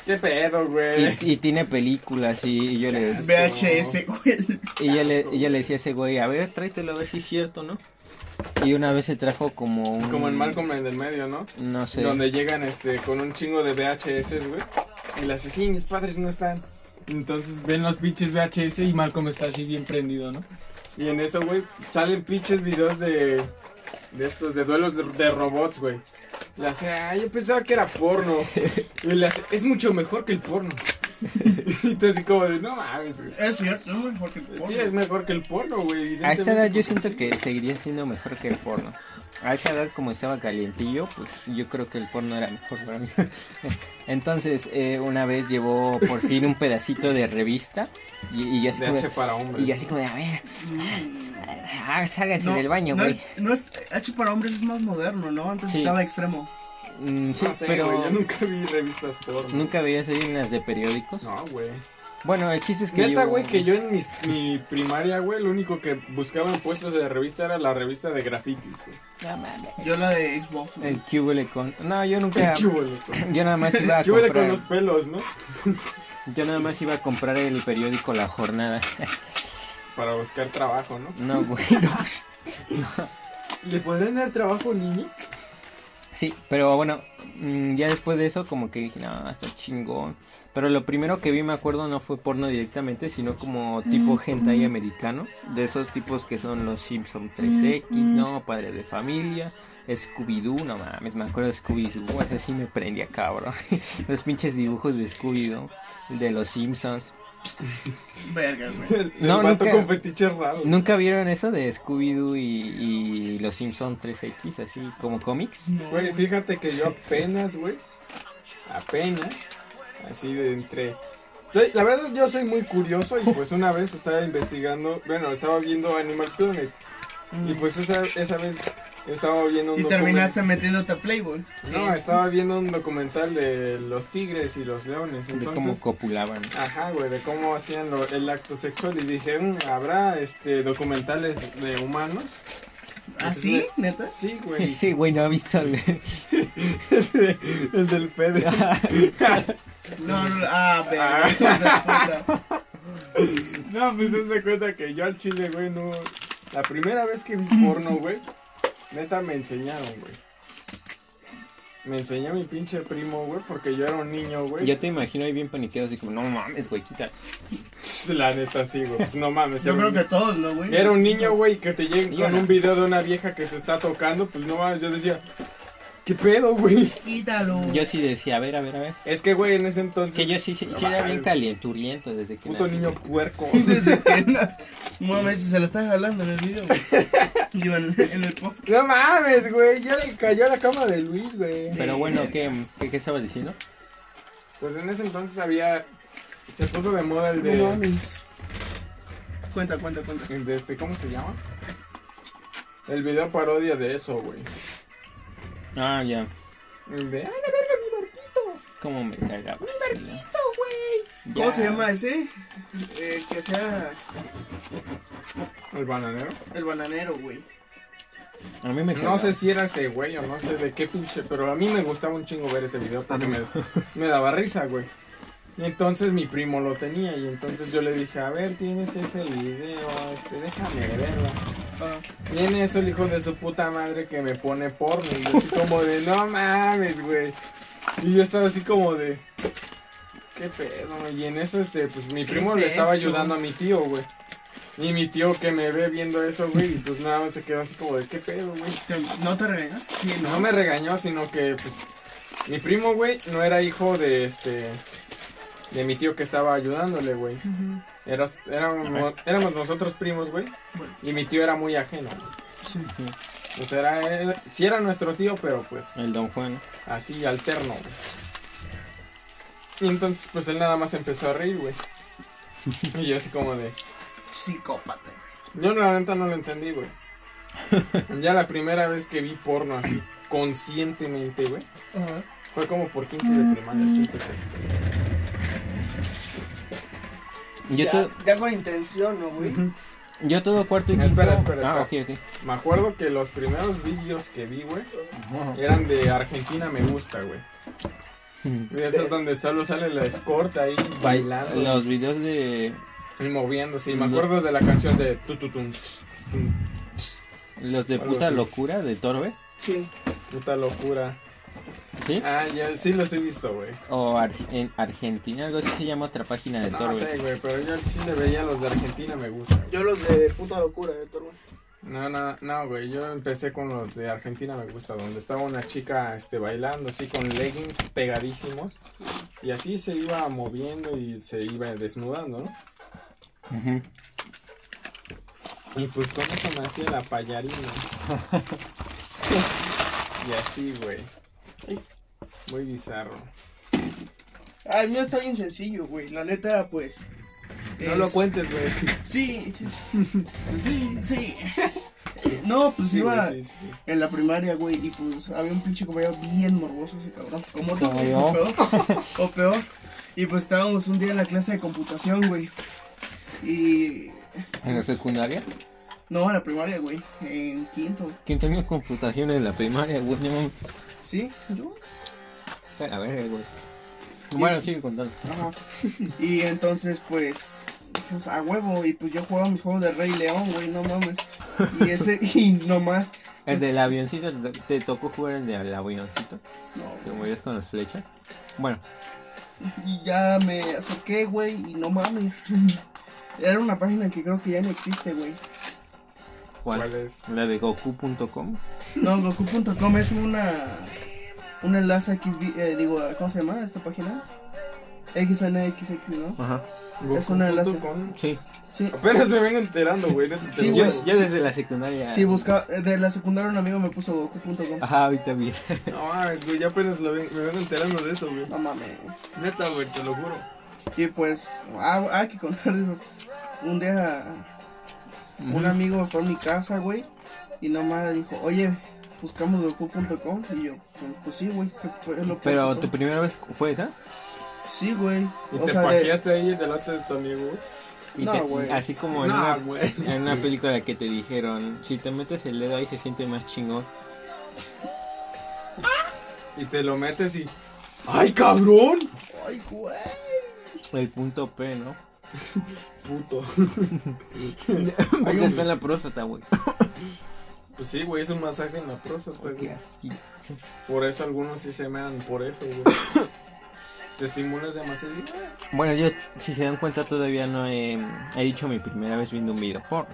Speaker 2: ¿Qué pedo, güey?
Speaker 1: Y, y tiene películas y, y yo le,
Speaker 3: VHS, güey.
Speaker 1: y yo le, y yo le decía a ese güey, a ver, tráetelo a ver si es cierto, ¿no? Y una vez se trajo como un...
Speaker 2: Como en Malcolm en el medio, ¿no?
Speaker 1: No sé.
Speaker 2: Donde llegan este con un chingo de VHS, güey. Y las así, mis padres no están. Entonces ven los pinches VHS y Malcolm está así bien prendido, ¿no? Y en eso, güey, salen pinches videos de de estos de duelos de, de robots, güey. Le hace, ah, yo pensaba que era porno. Y le hace, es mucho mejor que el porno. y tú así como de, no mames, güey.
Speaker 3: Es cierto, ¿no? mejor que el porno.
Speaker 2: Sí, es mejor que el porno, güey.
Speaker 1: A esta edad yo siento
Speaker 2: Sí.
Speaker 1: que seguiría siendo mejor que el porno. A esa edad como estaba calientillo, pues yo creo que el porno era mejor para mí. Entonces, eh, una vez llevó por fin un pedacito de revista y, y yo así
Speaker 2: De
Speaker 1: como,
Speaker 2: H para hombre.
Speaker 1: y yo así como de, a ver,
Speaker 3: Mm.
Speaker 1: ah, sálganse del baño,
Speaker 3: no,
Speaker 1: güey.
Speaker 3: no es, H para hombres es más moderno, ¿no? Antes
Speaker 1: Sí.
Speaker 3: estaba extremo.
Speaker 1: Mm, sí,
Speaker 2: No sé,
Speaker 1: pero
Speaker 2: güey, yo
Speaker 1: nunca,
Speaker 2: nunca vi revistas porno.
Speaker 1: veías ahí unas de periódicos.
Speaker 2: No, güey.
Speaker 1: Bueno, el chiste es que
Speaker 2: Neta,
Speaker 1: llevó-
Speaker 2: güey, que yo en mis- mi primaria, güey, lo único que buscaba en puestos de revista era la revista de grafitis, güey.
Speaker 1: No mames.
Speaker 3: Yo la de Xbox. güey.
Speaker 1: El cubole con... No, yo nunca...
Speaker 2: ¿Qué hubo, loco?
Speaker 1: Yo nada más iba a
Speaker 2: ¿Qué hubo con
Speaker 1: comprar-
Speaker 2: los pelos, no?
Speaker 1: Yo nada más iba a comprar el periódico La Jornada.
Speaker 2: Para buscar trabajo, ¿no?
Speaker 1: No, güey, no, pues,
Speaker 2: ¿Le podrían dar trabajo, niño?
Speaker 1: Sí, pero bueno, mm, ya después de eso como que dije, no, está chingón. Pero lo primero que vi, me acuerdo, no fue porno directamente, sino como tipo hentai americano. De esos tipos que son los Simpson 3X, ¿no? Padre de familia. Scooby-Doo, no mames, me acuerdo de Scooby-Doo, ese sí me prendía, cabrón. Los pinches dibujos de Scooby-Doo, de los Simpsons.
Speaker 3: Verga, güey.
Speaker 2: El,
Speaker 1: No,
Speaker 2: el vato
Speaker 1: nunca.
Speaker 2: con fetiches raros.
Speaker 1: ¿Nunca vieron eso de Scooby-Doo y, y los Simpson 3X, así como cómics?
Speaker 3: No,
Speaker 2: Güey,
Speaker 3: güey.
Speaker 2: fíjate que yo apenas, güey, apenas, así de entre... Soy- la verdad yo soy muy curioso y pues una vez estaba investigando, bueno, estaba viendo Animal Planet y pues esa, esa vez estaba viendo un
Speaker 3: Mm. Y
Speaker 2: documental-
Speaker 3: terminaste metiéndote a Playboy.
Speaker 2: No, estaba viendo un documental de los tigres y los leones,
Speaker 1: De cómo
Speaker 2: entonces...
Speaker 1: copulaban.
Speaker 2: Ajá, güey, de cómo hacían lo- el acto sexual y dije, "Mm, ¿habrá este documentales de humanos?
Speaker 3: ¿Ah, sí? ¿Neta?
Speaker 2: Sí, güey.
Speaker 1: Sí, güey, no ha visto el-
Speaker 2: el del Pedro.
Speaker 3: No, no, ah, verga. hijo de puta.
Speaker 2: No, pues se cuenta que yo al chile, güey, no. La primera vez que vi porno, güey, neta me enseñaron, güey. Me enseñó mi pinche primo, güey, porque yo era un niño, güey.
Speaker 1: Yo te imagino ahí bien paniqueado, así como, no mames, güey, quita.
Speaker 2: La neta sí, güey. Pues no mames.
Speaker 3: Yo
Speaker 2: era
Speaker 3: creo
Speaker 2: un-
Speaker 3: que todos, ¿no, güey?
Speaker 2: Era un niño, güey, que te lleguen
Speaker 1: Yo
Speaker 2: con
Speaker 1: no.
Speaker 2: un video de una vieja que se está tocando, pues no mames. Yo decía, ¿qué pedo, güey?
Speaker 3: Quítalo.
Speaker 1: Yo sí decía, a ver, a ver, a ver.
Speaker 2: Es que, güey, en ese
Speaker 1: Es
Speaker 2: entonces.
Speaker 1: que yo sí, sí, sí era bien calienturiento desde que
Speaker 2: Puto
Speaker 1: nací.
Speaker 2: niño puerco.
Speaker 3: Desde que nas- Un momento, se la está jalando en el video, güey. Digo, en, en el podcast.
Speaker 2: No mames, güey. Ya le cayó a la cama de Luis, güey.
Speaker 1: Pero bueno, ¿qué, qué, qué estabas diciendo?
Speaker 2: Pues en ese entonces había. Se puso de moda el
Speaker 3: No
Speaker 2: de.
Speaker 3: mames. Eh, Cuenta, cuenta, cuenta.
Speaker 2: el de este, ¿Cómo se llama? El video parodia de eso, güey.
Speaker 1: Ah, ya.
Speaker 2: El de. ¡Ay, la verga, mi barquito!
Speaker 1: ¿Cómo me cagaba?
Speaker 2: ¡Barquito, güey!
Speaker 3: ¿Cómo se llama ese? Eh, que sea
Speaker 2: El bananero.
Speaker 3: el bananero, güey.
Speaker 1: A mí me cagaba.
Speaker 2: No sé si era ese güey o no sé de qué pinche, pero a mí me gustaba un chingo ver ese video porque me, me daba risa, güey. Y entonces mi primo lo tenía y entonces yo le dije, a ver, tienes ese video, este, déjame verlo.
Speaker 3: Ah,
Speaker 2: Viene eso el hijo de su puta madre que me pone porno. Y yo así como de, no mames, güey. Y yo estaba así como de, qué pedo. Y en eso, este, pues mi
Speaker 3: ¿Qué
Speaker 2: primo
Speaker 3: es
Speaker 2: le estaba
Speaker 3: eso?
Speaker 2: ayudando a mi tío, güey. Y mi tío que me ve viendo eso, güey, y pues nada más se quedó así como de, qué pedo, güey.
Speaker 3: ¿te- ¿No te regañas? Sí,
Speaker 2: No me regañó, sino que pues, mi primo, güey, no era hijo de este de mi tío que estaba ayudándole, güey.
Speaker 3: Ujú.
Speaker 2: Eras- éramos, éramos nosotros primos, güey,
Speaker 3: Bueno,
Speaker 2: y mi tío era muy ajeno. güey.
Speaker 3: sí.
Speaker 2: O sea, era él- sí era nuestro tío, pero pues
Speaker 1: El Don Juan.
Speaker 2: así alterno, güey. Y entonces pues él nada más empezó a reír, güey. Y yo así como de
Speaker 3: Psicópata, güey.
Speaker 2: yo la neta no lo entendí, güey. Ya la primera vez que vi porno así conscientemente, güey.
Speaker 3: Ajá.
Speaker 2: Fue como por 15 de primaria, 15 de sexto.
Speaker 1: Yo, todo,
Speaker 3: ya, ya con intención, ¿no, güey?
Speaker 1: yo todo cuarto y quinto.
Speaker 2: Espera, espera,
Speaker 1: Ah, ok,
Speaker 2: espera.
Speaker 1: ok.
Speaker 2: Me acuerdo que los primeros vídeos que vi, güey, eran de Argentina Me Gusta, güey. Y eso es donde solo sale la escorta ahí bailando
Speaker 1: Los videos de.
Speaker 2: y moviéndose. Y me acuerdo de la canción de Tututum.
Speaker 1: Los de
Speaker 2: Algo
Speaker 1: puta
Speaker 2: así.
Speaker 1: locura de Torbe.
Speaker 3: Sí.
Speaker 2: Puta locura.
Speaker 1: ¿Sí?
Speaker 2: Ah, ya sí los he visto, güey.
Speaker 1: O Ar- en Argentina, algo así se llama otra página de
Speaker 2: No
Speaker 1: Torbe.
Speaker 2: sé, güey, pero yo sí le veía los de Argentina Me Gusta. güey.
Speaker 3: Yo los de puta locura, de Torbo.
Speaker 2: No, no, no, güey, yo empecé con los de Argentina Me Gusta, donde estaba una chica este, bailando así con leggings pegadísimos y así se iba moviendo y se iba desnudando, ¿no?
Speaker 1: Ujú.
Speaker 2: Y pues con eso me hacía la payarina. y así, güey. Muy bizarro.
Speaker 3: Ah, el mío está bien sencillo, güey. La neta, pues.
Speaker 2: No lo
Speaker 3: es-
Speaker 2: cuentes, güey.
Speaker 3: Sí. Sí, sí. No, pues iba
Speaker 2: güey, sí, sí.
Speaker 3: en la primaria, güey. Y pues había un pinche compañero bien morboso ese cabrón. Como tú,
Speaker 1: Como
Speaker 3: güey,
Speaker 1: yo.
Speaker 3: o peor. O peor. Y pues estábamos un día en la clase de computación, güey. Y.
Speaker 1: En la secundaria.
Speaker 3: No, en la primaria, güey. En quinto.
Speaker 1: ¿Quién tenía computación en la primaria, güey? No mames.
Speaker 3: ¿Sí? Yo.
Speaker 1: A ver, eh, güey. Bueno, sigue contando.
Speaker 3: Ajá. Y entonces, pues, pues, a huevo, y pues yo jugaba mis juegos de Rey León, güey, no mames. Y ese, y nomás,
Speaker 1: El del avioncito, ¿te tocó jugar el del avioncito?
Speaker 3: no,
Speaker 1: ¿Te movías con las flechas? Bueno,
Speaker 3: y ya me acerqué, güey, y no mames. Era una página que creo que ya no existe, güey.
Speaker 1: ¿cuál?
Speaker 2: ¿Cuál es?
Speaker 1: La de Goku.com.
Speaker 3: No, Goku.com es una, un enlace a XB, eh, digo, ¿cómo se llama esta página? XNXX, ¿no?
Speaker 1: Ajá.
Speaker 3: Es una enlace.
Speaker 2: Goku.com.
Speaker 1: Sí.
Speaker 3: Sí.
Speaker 2: Apenas me vengo enterando, güey. neta, te
Speaker 3: Sí,
Speaker 2: lo
Speaker 1: yo,
Speaker 2: juro.
Speaker 1: yo desde la secundaria.
Speaker 3: Sí, buscaba, eh, de la secundaria un amigo me puso Goku.com.
Speaker 1: Ajá, ahorita bien.
Speaker 2: No mames, güey, yo apenas lo ven- me vengo enterando de eso, güey.
Speaker 3: No mames.
Speaker 2: Neta, güey, te lo juro.
Speaker 3: Y pues, ah, hay que contarles. Un día, un amigo fue a mi casa, güey, y nomás dijo, oye, buscamos Goku.com. Y yo, pues, pues sí, güey, que fue lo que
Speaker 1: Pero
Speaker 3: encontró".
Speaker 1: tu primera vez fue esa.
Speaker 3: Sí, güey.
Speaker 2: ¿Y
Speaker 3: O
Speaker 2: te
Speaker 3: sea, de-
Speaker 2: paqueaste ahí delante de tu amigo? güey?
Speaker 1: Y
Speaker 3: No,
Speaker 1: te-
Speaker 3: güey.
Speaker 1: así como en,
Speaker 2: No,
Speaker 1: una,
Speaker 2: güey.
Speaker 1: en una película que te dijeron, si te metes el dedo ahí se siente más chingón.
Speaker 2: Y te lo metes y. ¡Ay, cabrón!
Speaker 3: Ay, güey.
Speaker 1: El punto P, ¿no?
Speaker 2: Puto.
Speaker 1: Porque está en la próstata, güey.
Speaker 2: Pues sí, güey, es un masaje en la próstata,
Speaker 1: Qué
Speaker 2: güey.
Speaker 1: asquito.
Speaker 2: Por eso algunos sí se mean por eso, güey. te estimulas demasiado. y-
Speaker 1: Bueno, yo, si se dan cuenta, todavía no he, he dicho mi primera vez viendo un video porno.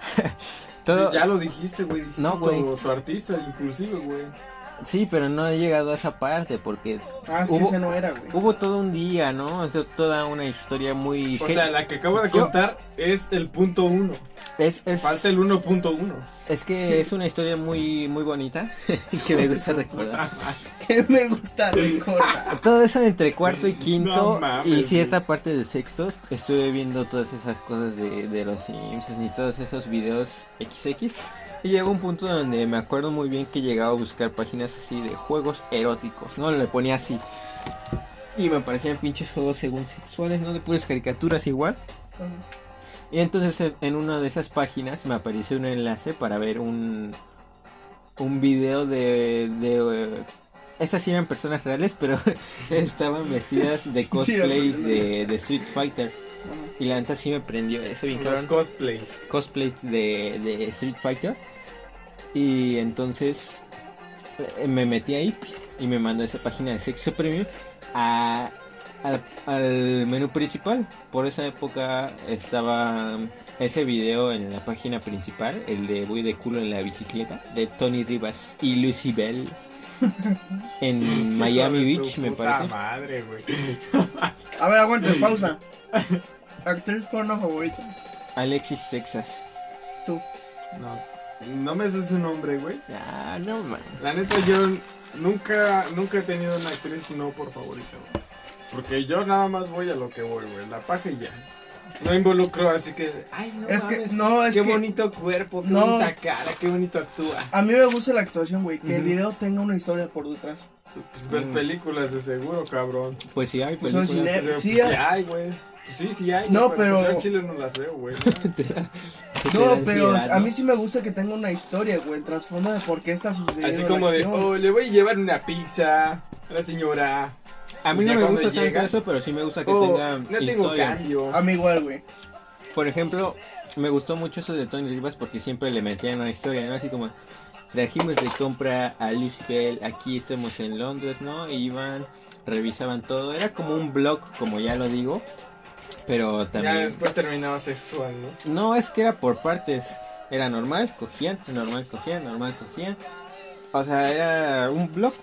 Speaker 1: Todo,
Speaker 2: Ya lo dijiste, güey. dijiste
Speaker 1: No, güey.
Speaker 2: Su artista, inclusive, güey.
Speaker 1: Sí, pero no he llegado a esa parte porque
Speaker 3: Ah, es que
Speaker 1: Hubo-
Speaker 3: ese no era, güey.
Speaker 1: hubo todo un día, ¿no? To- Toda una historia muy...
Speaker 2: O
Speaker 1: que-
Speaker 2: sea, la que acabo de
Speaker 1: Yo-
Speaker 2: contar es el punto uno.
Speaker 1: es, es-
Speaker 2: Falta el 1.1.
Speaker 1: es que es una historia muy, muy bonita que me gusta recordar.
Speaker 3: Que me gusta recordar.
Speaker 1: Todo eso entre cuarto y quinto
Speaker 2: No mames,
Speaker 1: y
Speaker 2: güey.
Speaker 1: cierta parte de sexto estuve viendo todas esas cosas de, de los Simpsons y todos esos videos XX y llegó un punto donde me acuerdo muy bien que llegaba a buscar páginas así de juegos eróticos, ¿no? Le ponía así y me aparecían pinches juegos según sexuales, ¿no? De puras caricaturas igual. Y entonces en- en una de esas páginas me apareció un enlace para ver un, un video de... de, eh, esas sí eran personas reales, pero estaban vestidas de cosplays de, de Street Fighter.
Speaker 3: Ajá.
Speaker 1: Y la neta sí me prendió eso bien
Speaker 2: Los
Speaker 1: cabrón.
Speaker 2: cosplays.
Speaker 1: Cosplays de, de Street Fighter. Y entonces eh, me metí ahí y me mandó a esa página de Sexo Premium a, al- al menú principal. Por esa época estaba ese video en la página principal, el de Voy de culo en la bicicleta, de Tony Rivas y Lucy Bell. En Miami
Speaker 2: Hijo de
Speaker 1: Beach,
Speaker 2: tu
Speaker 1: me
Speaker 2: puta
Speaker 1: parece.
Speaker 2: madre, güey.
Speaker 3: A ver, aguante, pausa. Actriz porno favorita.
Speaker 1: Alexis, Texas.
Speaker 3: Tú.
Speaker 2: No, no me sé su nombre, güey.
Speaker 1: Ah, no man.
Speaker 2: La neta, yo nunca, nunca he tenido una actriz no por favorita, güey. Porque yo nada más voy a lo que voy, güey. La paja y ya. No involucro, así que. Ay, no.
Speaker 3: Es que-
Speaker 2: mames,
Speaker 3: no, es
Speaker 2: Qué
Speaker 3: que-
Speaker 2: bonito cuerpo, qué
Speaker 3: No.
Speaker 2: bonita cara, qué bonito actúa.
Speaker 3: A mí me gusta la actuación, güey. Que el
Speaker 2: Ujú.
Speaker 3: video tenga una historia por detrás.
Speaker 2: Pues ves
Speaker 1: Mm.
Speaker 2: películas de seguro, cabrón.
Speaker 1: Pues sí, hay
Speaker 3: Pues soy
Speaker 1: películas.
Speaker 3: Eh,
Speaker 2: Pero,
Speaker 3: sí
Speaker 2: pues,
Speaker 3: hay.
Speaker 2: sí hay, güey. Pues sí, sí hay.
Speaker 3: No,
Speaker 2: güey,
Speaker 3: pero-
Speaker 2: Yo en Chile no las veo, güey.
Speaker 3: No, pero a mí sí me gusta que tenga una historia, güey. El trasfondo de por qué está sucediendo.
Speaker 2: Así
Speaker 3: la
Speaker 2: como de,
Speaker 3: acción.
Speaker 2: oh, le voy a llevar una pizza a la señora.
Speaker 1: A mí no
Speaker 2: Ya
Speaker 1: me
Speaker 2: cuando
Speaker 1: gusta tanto
Speaker 2: llega-
Speaker 1: eso, pero sí me gusta que
Speaker 2: Oh,
Speaker 1: tenga
Speaker 2: no tengo
Speaker 1: historia.
Speaker 2: cambio.
Speaker 3: A mí igual, güey.
Speaker 1: Por ejemplo, me gustó mucho eso de Tony Rivas porque siempre le metían una historia, ¿no? Así como, trajimos de compra a Lucy Bell, aquí estamos en Londres, ¿no? Y iban, revisaban todo. Era como un blog, como ya lo digo, pero
Speaker 2: Ya
Speaker 1: también...
Speaker 2: después terminaba sexual, ¿no?
Speaker 1: No, es que era por partes. Era normal, cogían, normal, cogían, normal, cogían. O sea, era un blog.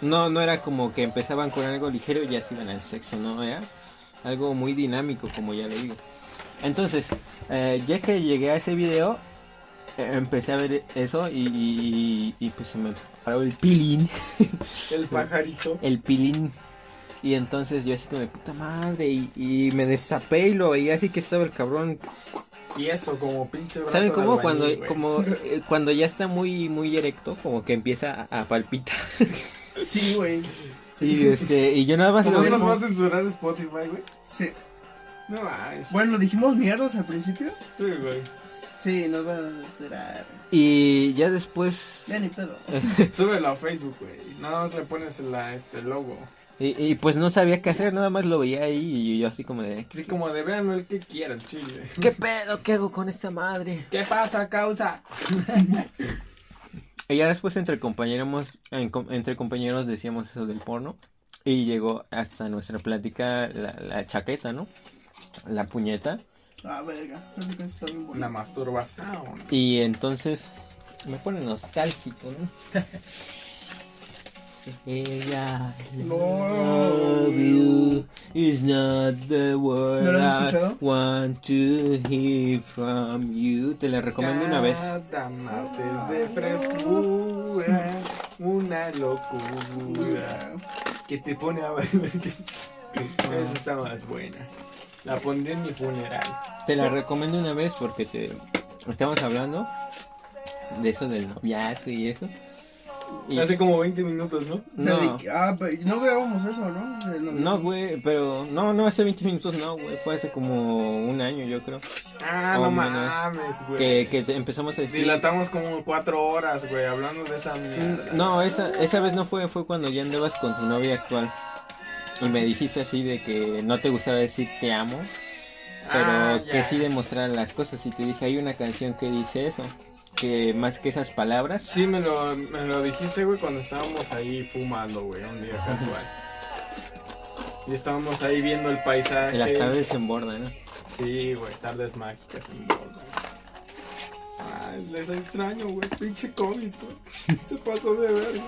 Speaker 1: No, no era como que empezaban con algo ligero y ya se iban al sexo, no, era algo muy dinámico, como ya le digo. Entonces, eh, ya que llegué a ese video, eh, empecé a ver eso y, y- y pues se me paró el pilín.
Speaker 2: El pajarito.
Speaker 1: El pilín. Y entonces yo así como de puta madre y, y me destapé y lo veía así que estaba el cabrón
Speaker 2: Y eso, como pinche brazo
Speaker 1: ¿Saben
Speaker 2: de
Speaker 1: cómo?
Speaker 2: albañil,
Speaker 1: Cuando,
Speaker 2: güey.
Speaker 1: como, eh, cuando ya está muy, muy erecto, como que empieza a, a palpitar.
Speaker 3: Sí, güey.
Speaker 1: Y, este, y yo nada más lo
Speaker 2: ¿Cómo
Speaker 1: veo.
Speaker 2: nos va a censurar Spotify, güey?
Speaker 3: Sí.
Speaker 2: No, ay,
Speaker 3: Bueno, dijimos mierdas al principio.
Speaker 2: sí, güey.
Speaker 3: Sí, nos van a censurar.
Speaker 1: Y ya después.
Speaker 3: Ya ni pedo.
Speaker 2: Súbelo a Facebook, güey. Nada más le pones la, este logo.
Speaker 1: Y, y pues no sabía qué hacer, nada más lo veía ahí y yo así como de.
Speaker 2: Así como de véanlo el que quiera el chile.
Speaker 1: ¿Qué pedo? ¿Qué hago con esta madre?
Speaker 2: ¿Qué pasa, causa?
Speaker 1: Y ya después entre compañeros, en com- entre compañeros decíamos eso del porno. Y llegó hasta nuestra plática la, la chaqueta, ¿no? La puñeta.
Speaker 3: Ah, verga. Creo que está bien
Speaker 2: La
Speaker 3: bonito.
Speaker 2: masturbación.
Speaker 1: Y entonces me pone nostálgico, ¿no? Ella, love you is not the word
Speaker 3: ¿No lo has
Speaker 1: I
Speaker 3: escuchado?
Speaker 1: want to hear from you. Te la recomiendo una vez.
Speaker 2: Cada martes de frescura, una locura que te pone a bailar. Esa está más buena. La pondré en mi funeral.
Speaker 1: Te la recomiendo una vez porque te estamos hablando de eso del noviazgo y eso. Y-
Speaker 2: Hace como 20 minutos, ¿no?
Speaker 1: no,
Speaker 3: Dedic- Ah, pero no grabamos eso, ¿no? De lo-
Speaker 1: no, güey, pero no, no hace 20 minutos, no, güey, fue hace como un año, yo creo.
Speaker 2: Ah,
Speaker 1: O
Speaker 2: no
Speaker 1: menos.
Speaker 2: mames, güey.
Speaker 1: que, que te- empezamos a decir.
Speaker 2: Dilatamos como 4 horas, güey, hablando de esa mierda.
Speaker 1: Mm, No, esa, esa vez no fue, fue cuando ya andabas con tu novia actual. Y me dijiste así de que no te gustaba decir te amo, pero
Speaker 2: Ah, ya.
Speaker 1: que sí demostrar las cosas. Y te dije, hay una canción que dice eso, que más que esas palabras.
Speaker 2: Sí, me lo, me lo dijiste, güey, cuando estábamos ahí fumando, güey, un día casual. Y estábamos ahí viendo el paisaje.
Speaker 1: en Las tardes se embordan, ¿no?
Speaker 2: Sí, güey, tardes mágicas en Borgo. Ay, les extraño, güey. Pinche COVID, güey. Se pasó de verga.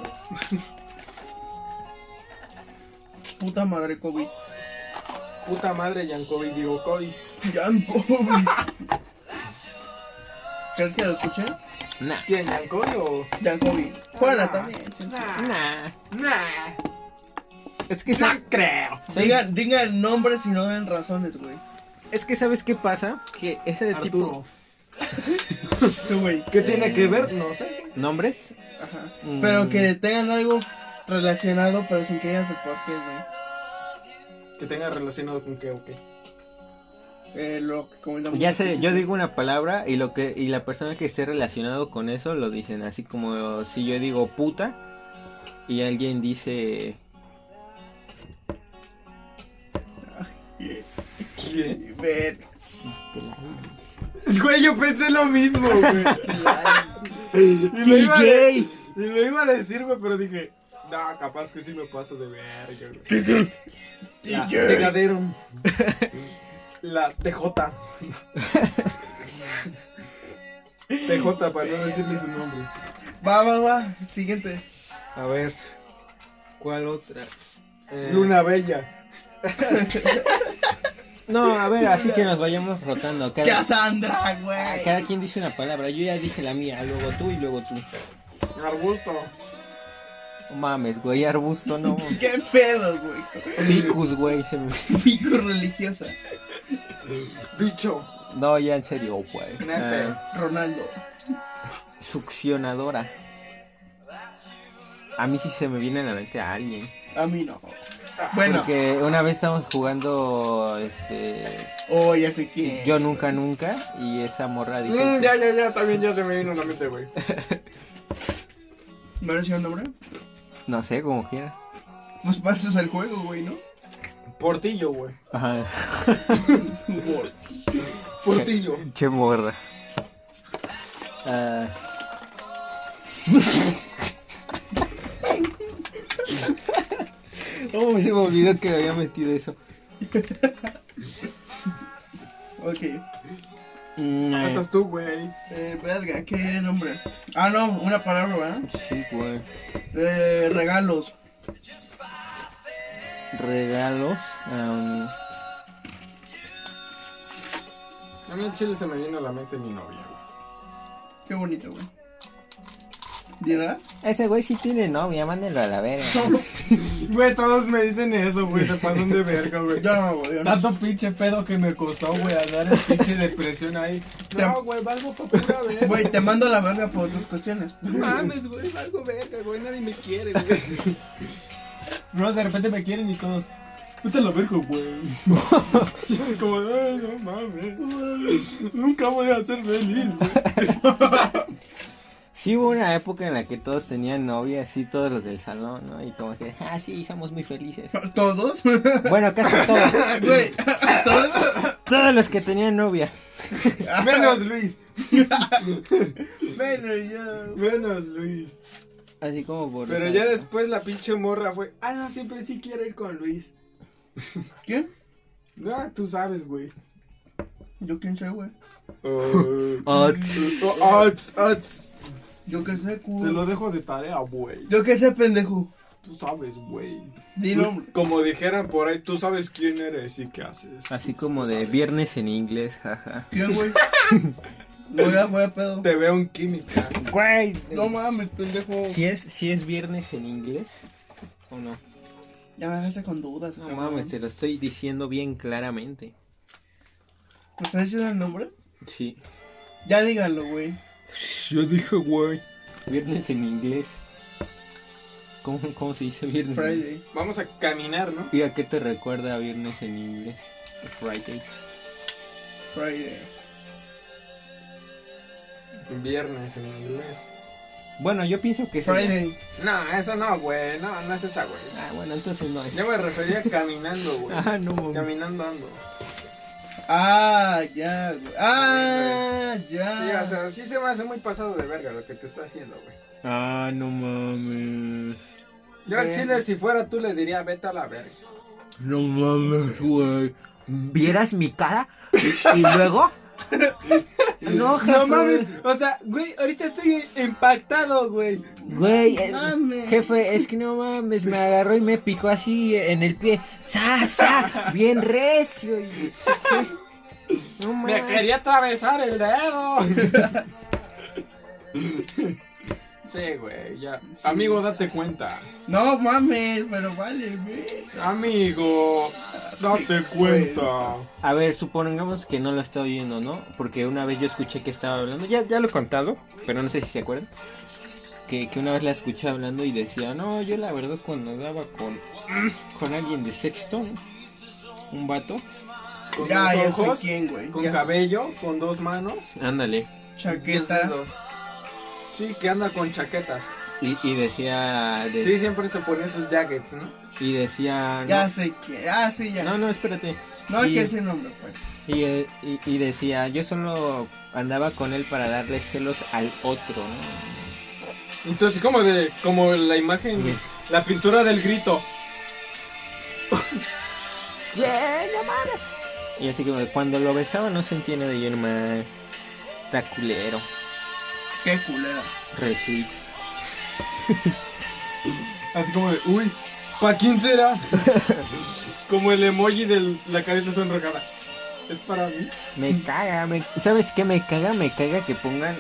Speaker 3: Puta madre, COVID.
Speaker 2: Puta madre, Yankovic, digo COVID.
Speaker 3: Jan COVID. ¿Crees que lo escuché?
Speaker 1: Nah.
Speaker 2: ¿Quién, Yankovic o...?
Speaker 3: Jan COVID. Juana
Speaker 2: Ah.
Speaker 3: también. chance.
Speaker 1: Nah. Nah. Es que, sa-
Speaker 2: creo.
Speaker 3: Digan, digan nombres y no den razones, güey.
Speaker 1: es que sabes qué pasa? Que ese de tipo
Speaker 2: Arturo.
Speaker 3: Tú, güey.
Speaker 2: ¿Qué tiene que ver? No sé.
Speaker 1: nombres
Speaker 3: Ajá.
Speaker 1: Mm.
Speaker 3: Pero que tengan algo relacionado, pero sin que digas el por qué, güey.
Speaker 2: Que tenga relacionado con qué o qué.
Speaker 3: Eh, lo que comentamos.
Speaker 1: Ya sé, yo digo una palabra y lo que y la persona que esté relacionado con eso lo dicen, así como si yo digo puta y alguien dice
Speaker 2: ¿Quién?
Speaker 3: Ver.
Speaker 2: Güey, yo pensé lo mismo, güey. y, lo iba a
Speaker 1: DJ.
Speaker 2: de- y lo iba a decir, güey, pero dije... No, capaz que sí me paso de verga, güey. La
Speaker 3: DJ.
Speaker 2: pegadero. La TJ. TJ, para no decirle su nombre.
Speaker 3: Va, va, va. Siguiente.
Speaker 1: A ver, ¿cuál otra? Eh,
Speaker 2: Luna Bella.
Speaker 1: No, a ver, así que nos vayamos rotando. Cada,
Speaker 3: Cassandra,
Speaker 1: a
Speaker 3: güey.
Speaker 1: cada quien dice una palabra. Yo ya dije la mía, luego tú y luego tú.
Speaker 2: Arbusto.
Speaker 1: No mames, güey, arbusto no.
Speaker 3: Qué pedo, güey.
Speaker 1: Ficus, güey, se me-
Speaker 3: Figo religiosa.
Speaker 2: Bicho.
Speaker 1: No, ya en serio, güey.
Speaker 2: Nepe.
Speaker 1: Ah,
Speaker 3: Ronaldo.
Speaker 1: succionadora. A mí sí se me viene a la mente a alguien.
Speaker 3: A mí no.
Speaker 1: Ah,
Speaker 3: Bueno.
Speaker 1: Porque una vez estábamos jugando este
Speaker 3: Oh, ya sé quién.
Speaker 1: Yo Nunca Nunca y esa morra dijo
Speaker 2: Mm,
Speaker 1: que-
Speaker 2: ya, ya, ya, también ya se me vino a la mente, güey.
Speaker 3: ¿Me decía el nombre?
Speaker 1: no sé, como quiera.
Speaker 3: Pues pasas al juego, güey, ¿no?
Speaker 2: Portillo, güey.
Speaker 1: Ajá.
Speaker 3: Fútbol.
Speaker 2: Portillo.
Speaker 1: Che morra. Ah, Oh, se me olvidó que le había metido eso.
Speaker 3: Ok.
Speaker 1: Mm, eh,
Speaker 2: Estás tú, güey.
Speaker 3: Eh, verga, ¿qué nombre? Ah, no, una palabra, ¿verdad?
Speaker 1: sí, güey.
Speaker 3: Eh, regalos.
Speaker 1: Regalos. um, am,
Speaker 2: A mí el chile se me vino a la mente mi novia, güey.
Speaker 3: Qué bonito, güey. ¿Dirás?
Speaker 1: Ese güey sí tiene novia, mándenlo a la verga.
Speaker 2: Güey, todos me dicen eso, güey. Se pasan de verga, güey.
Speaker 3: Yo no, güey, yo no.
Speaker 2: Tanto pinche pedo que me costó, güey, dar el pinche depresión ahí. No, güey, valgo pa' pura verga.
Speaker 3: Güey, te mando la verga por otras cuestiones.
Speaker 2: No mames, güey, valgo verga, güey. Nadie me quiere, güey. No, de repente me quieren y todos. Puta la verga, güey. Es como, ay, no mames. Nunca voy a ser feliz, güey.
Speaker 1: Sí hubo una época en la que todos tenían novia, así todos los del salón, ¿no? Y como que, ah, sí, somos muy felices.
Speaker 3: ¿Todos?
Speaker 1: Bueno, casi todos.
Speaker 3: Güey, ¿todos?
Speaker 1: Todos los que tenían novia.
Speaker 2: Menos Luis.
Speaker 3: Bueno, yo...
Speaker 2: Menos Luis.
Speaker 1: Así como por...
Speaker 2: Pero ya después la pinche morra fue, ah, no, siempre sí quiero ir con Luis.
Speaker 3: ¿Quién?
Speaker 2: No, tú sabes, güey.
Speaker 3: Yo quién sé, güey.
Speaker 2: Eh,
Speaker 1: Oh,
Speaker 3: Mm.
Speaker 2: Oh, ots, ots.
Speaker 3: Yo qué sé,
Speaker 2: Te lo
Speaker 3: culo.
Speaker 2: dejo de tarea, güey.
Speaker 3: Yo qué sé, pendejo.
Speaker 2: Tú sabes, güey.
Speaker 3: Di nombre.
Speaker 2: Como dijeran por ahí, tú sabes quién eres y qué haces.
Speaker 1: así como de viernes en inglés, jaja.
Speaker 3: ¿Quién, güey? Voy a, voy a pedo.
Speaker 2: Te veo en química.
Speaker 1: Güey.
Speaker 3: No mames, pendejo.
Speaker 1: Si es, si es viernes en inglés o no.
Speaker 3: Ya me dejaste con dudas,
Speaker 1: No
Speaker 3: cabrón.
Speaker 1: mames, te lo estoy diciendo bien claramente.
Speaker 3: ¿Me estás diciendo el nombre?
Speaker 1: Sí.
Speaker 3: Ya díganlo, güey.
Speaker 1: Yo dije, güey. Viernes en inglés. ¿Cómo, cómo se dice viernes?
Speaker 3: Friday.
Speaker 2: Vamos a caminar, ¿no?
Speaker 1: ¿Y a qué te recuerda viernes en inglés? Friday.
Speaker 3: Friday.
Speaker 2: Viernes en inglés.
Speaker 1: Bueno, yo pienso que es el-
Speaker 3: Friday.
Speaker 2: No, esa no, güey. No, no es esa, güey.
Speaker 1: Ah, bueno, entonces no es.
Speaker 2: Yo me refería a caminando, güey.
Speaker 1: Ah, no mames.
Speaker 2: Caminando ando.
Speaker 3: Ah, ya, güey. Ah, ya.
Speaker 2: Sí, o sea, sí se me hace muy pasado de verga lo que te está haciendo, güey.
Speaker 1: Ah, no mames.
Speaker 2: Yo al
Speaker 3: Bien.
Speaker 2: chile, si fuera tú, le diría, vete a la verga.
Speaker 1: No mames, güey. ¿Vieras mi cara? ¿Y, y luego?
Speaker 4: No,
Speaker 2: No
Speaker 4: jefe.
Speaker 2: mames, o sea, güey, ahorita estoy impactado, güey.
Speaker 4: Güey, eh,
Speaker 2: Mames.
Speaker 4: jefe, es que no mames, me agarró y me picó así en el pie. ¡Sa, sa! Bien recio. y- No
Speaker 2: Me
Speaker 4: mames.
Speaker 2: quería atravesar el dedo. Sí, güey, ya. Amigo, date cuenta.
Speaker 3: No mames, pero vale, güey.
Speaker 2: Amigo, date cuenta.
Speaker 1: A ver, supongamos que no lo está oyendo, ¿no? Porque una vez yo escuché que estaba hablando, ya, ya lo he contado, pero no sé si se acuerdan. Que, que una vez la escuché hablando y decía, no, yo la verdad cuando daba con, con alguien de sexto, ¿no? un vato,
Speaker 2: Con
Speaker 3: Ya, ya
Speaker 2: dos
Speaker 3: sé
Speaker 2: ojos,
Speaker 3: quién, güey.
Speaker 2: con
Speaker 3: Ya-
Speaker 2: cabello, con dos manos,
Speaker 1: ándale.
Speaker 2: diez
Speaker 3: Chaqueta.
Speaker 2: dedos. Sí, que anda con chaquetas.
Speaker 1: Y, y decía, de-
Speaker 2: Sí, siempre se ponía sus jackets, ¿no?
Speaker 1: y decía,
Speaker 3: Ya sé quién. Ah, sí, ya.
Speaker 1: no, no, no, espérate.
Speaker 3: No, es
Speaker 1: Y-
Speaker 3: que ese nombre, pues.
Speaker 1: Y, eh, y, y decía, yo solo andaba con él para darle celos al otro, ¿no?
Speaker 2: Entonces, como de, como la imagen,
Speaker 1: Yes.
Speaker 2: la pintura del grito.
Speaker 4: Bien, no mames.
Speaker 1: Y así como, cuando lo besaba no sentía nada y yo nomás, está culero,
Speaker 3: Qué culera.
Speaker 1: retweet.
Speaker 2: Así como de, uy, ¿pa quién será? como el emoji de la carita sonrojada. ¿Es para mí?
Speaker 1: Me caga, me... ¿sabes qué me caga? Me caga que pongan...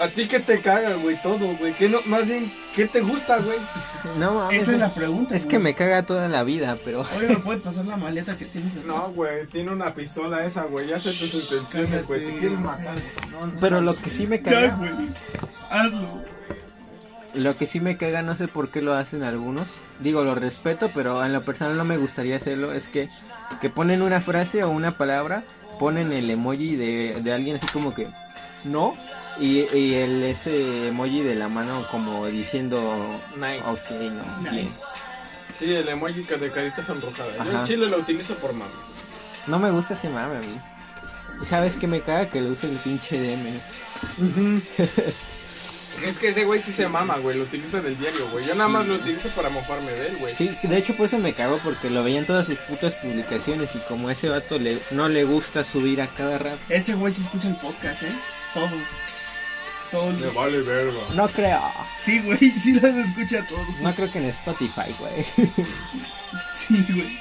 Speaker 2: A ti que te caga, güey, todo, güey. Que no, más bien, ¿qué te gusta, güey?
Speaker 1: No,
Speaker 2: Ah,
Speaker 1: mames,
Speaker 2: pues,
Speaker 3: Esa es la pregunta.
Speaker 1: es que
Speaker 3: güey.
Speaker 1: me caga toda la vida, pero...
Speaker 3: Oye, ¿me puede pasar la maleta que tienes?
Speaker 2: No, güey, tiene una pistola esa, güey. Ya sé tus intenciones, güey. pues, Te quieres matar. güey. No, no
Speaker 1: Pero
Speaker 2: está
Speaker 1: lo
Speaker 2: bien.
Speaker 1: que sí me
Speaker 3: Ya,
Speaker 1: caga,
Speaker 3: güey. Hazlo.
Speaker 1: lo que sí me caga, no sé por qué lo hacen algunos. Digo, lo respeto, pero en lo personal no me gustaría hacerlo. Es que, que ponen una frase o una palabra, ponen el emoji de, de alguien así como que no, y, y el ese emoji de la mano como diciendo,
Speaker 2: Nice.
Speaker 1: ok, no, bien".
Speaker 2: Sí, el emoji que de carita sonrojada. Yo
Speaker 1: Ajá.
Speaker 2: en Chile lo utilizo por mami.
Speaker 1: No me gusta ese mame a mí. ¿Y sabes qué me caga? Que lo use el pinche DM.
Speaker 2: es que ese güey sí se mama, güey. Lo utiliza del diario, güey. Yo nada más lo utilizo para mofarme de él, güey.
Speaker 1: Sí, de hecho por eso me cago porque lo veía en todas sus putas publicaciones y como a ese vato le, no le gusta subir a cada rato.
Speaker 3: Ese güey se escucha el podcast, ¿eh? Todos. Todos.
Speaker 2: Le
Speaker 3: los-
Speaker 2: vale verga.
Speaker 1: No creo.
Speaker 3: Sí, güey, sí las escucha todo.
Speaker 1: No creo que en Spotify, güey.
Speaker 3: Sí, güey.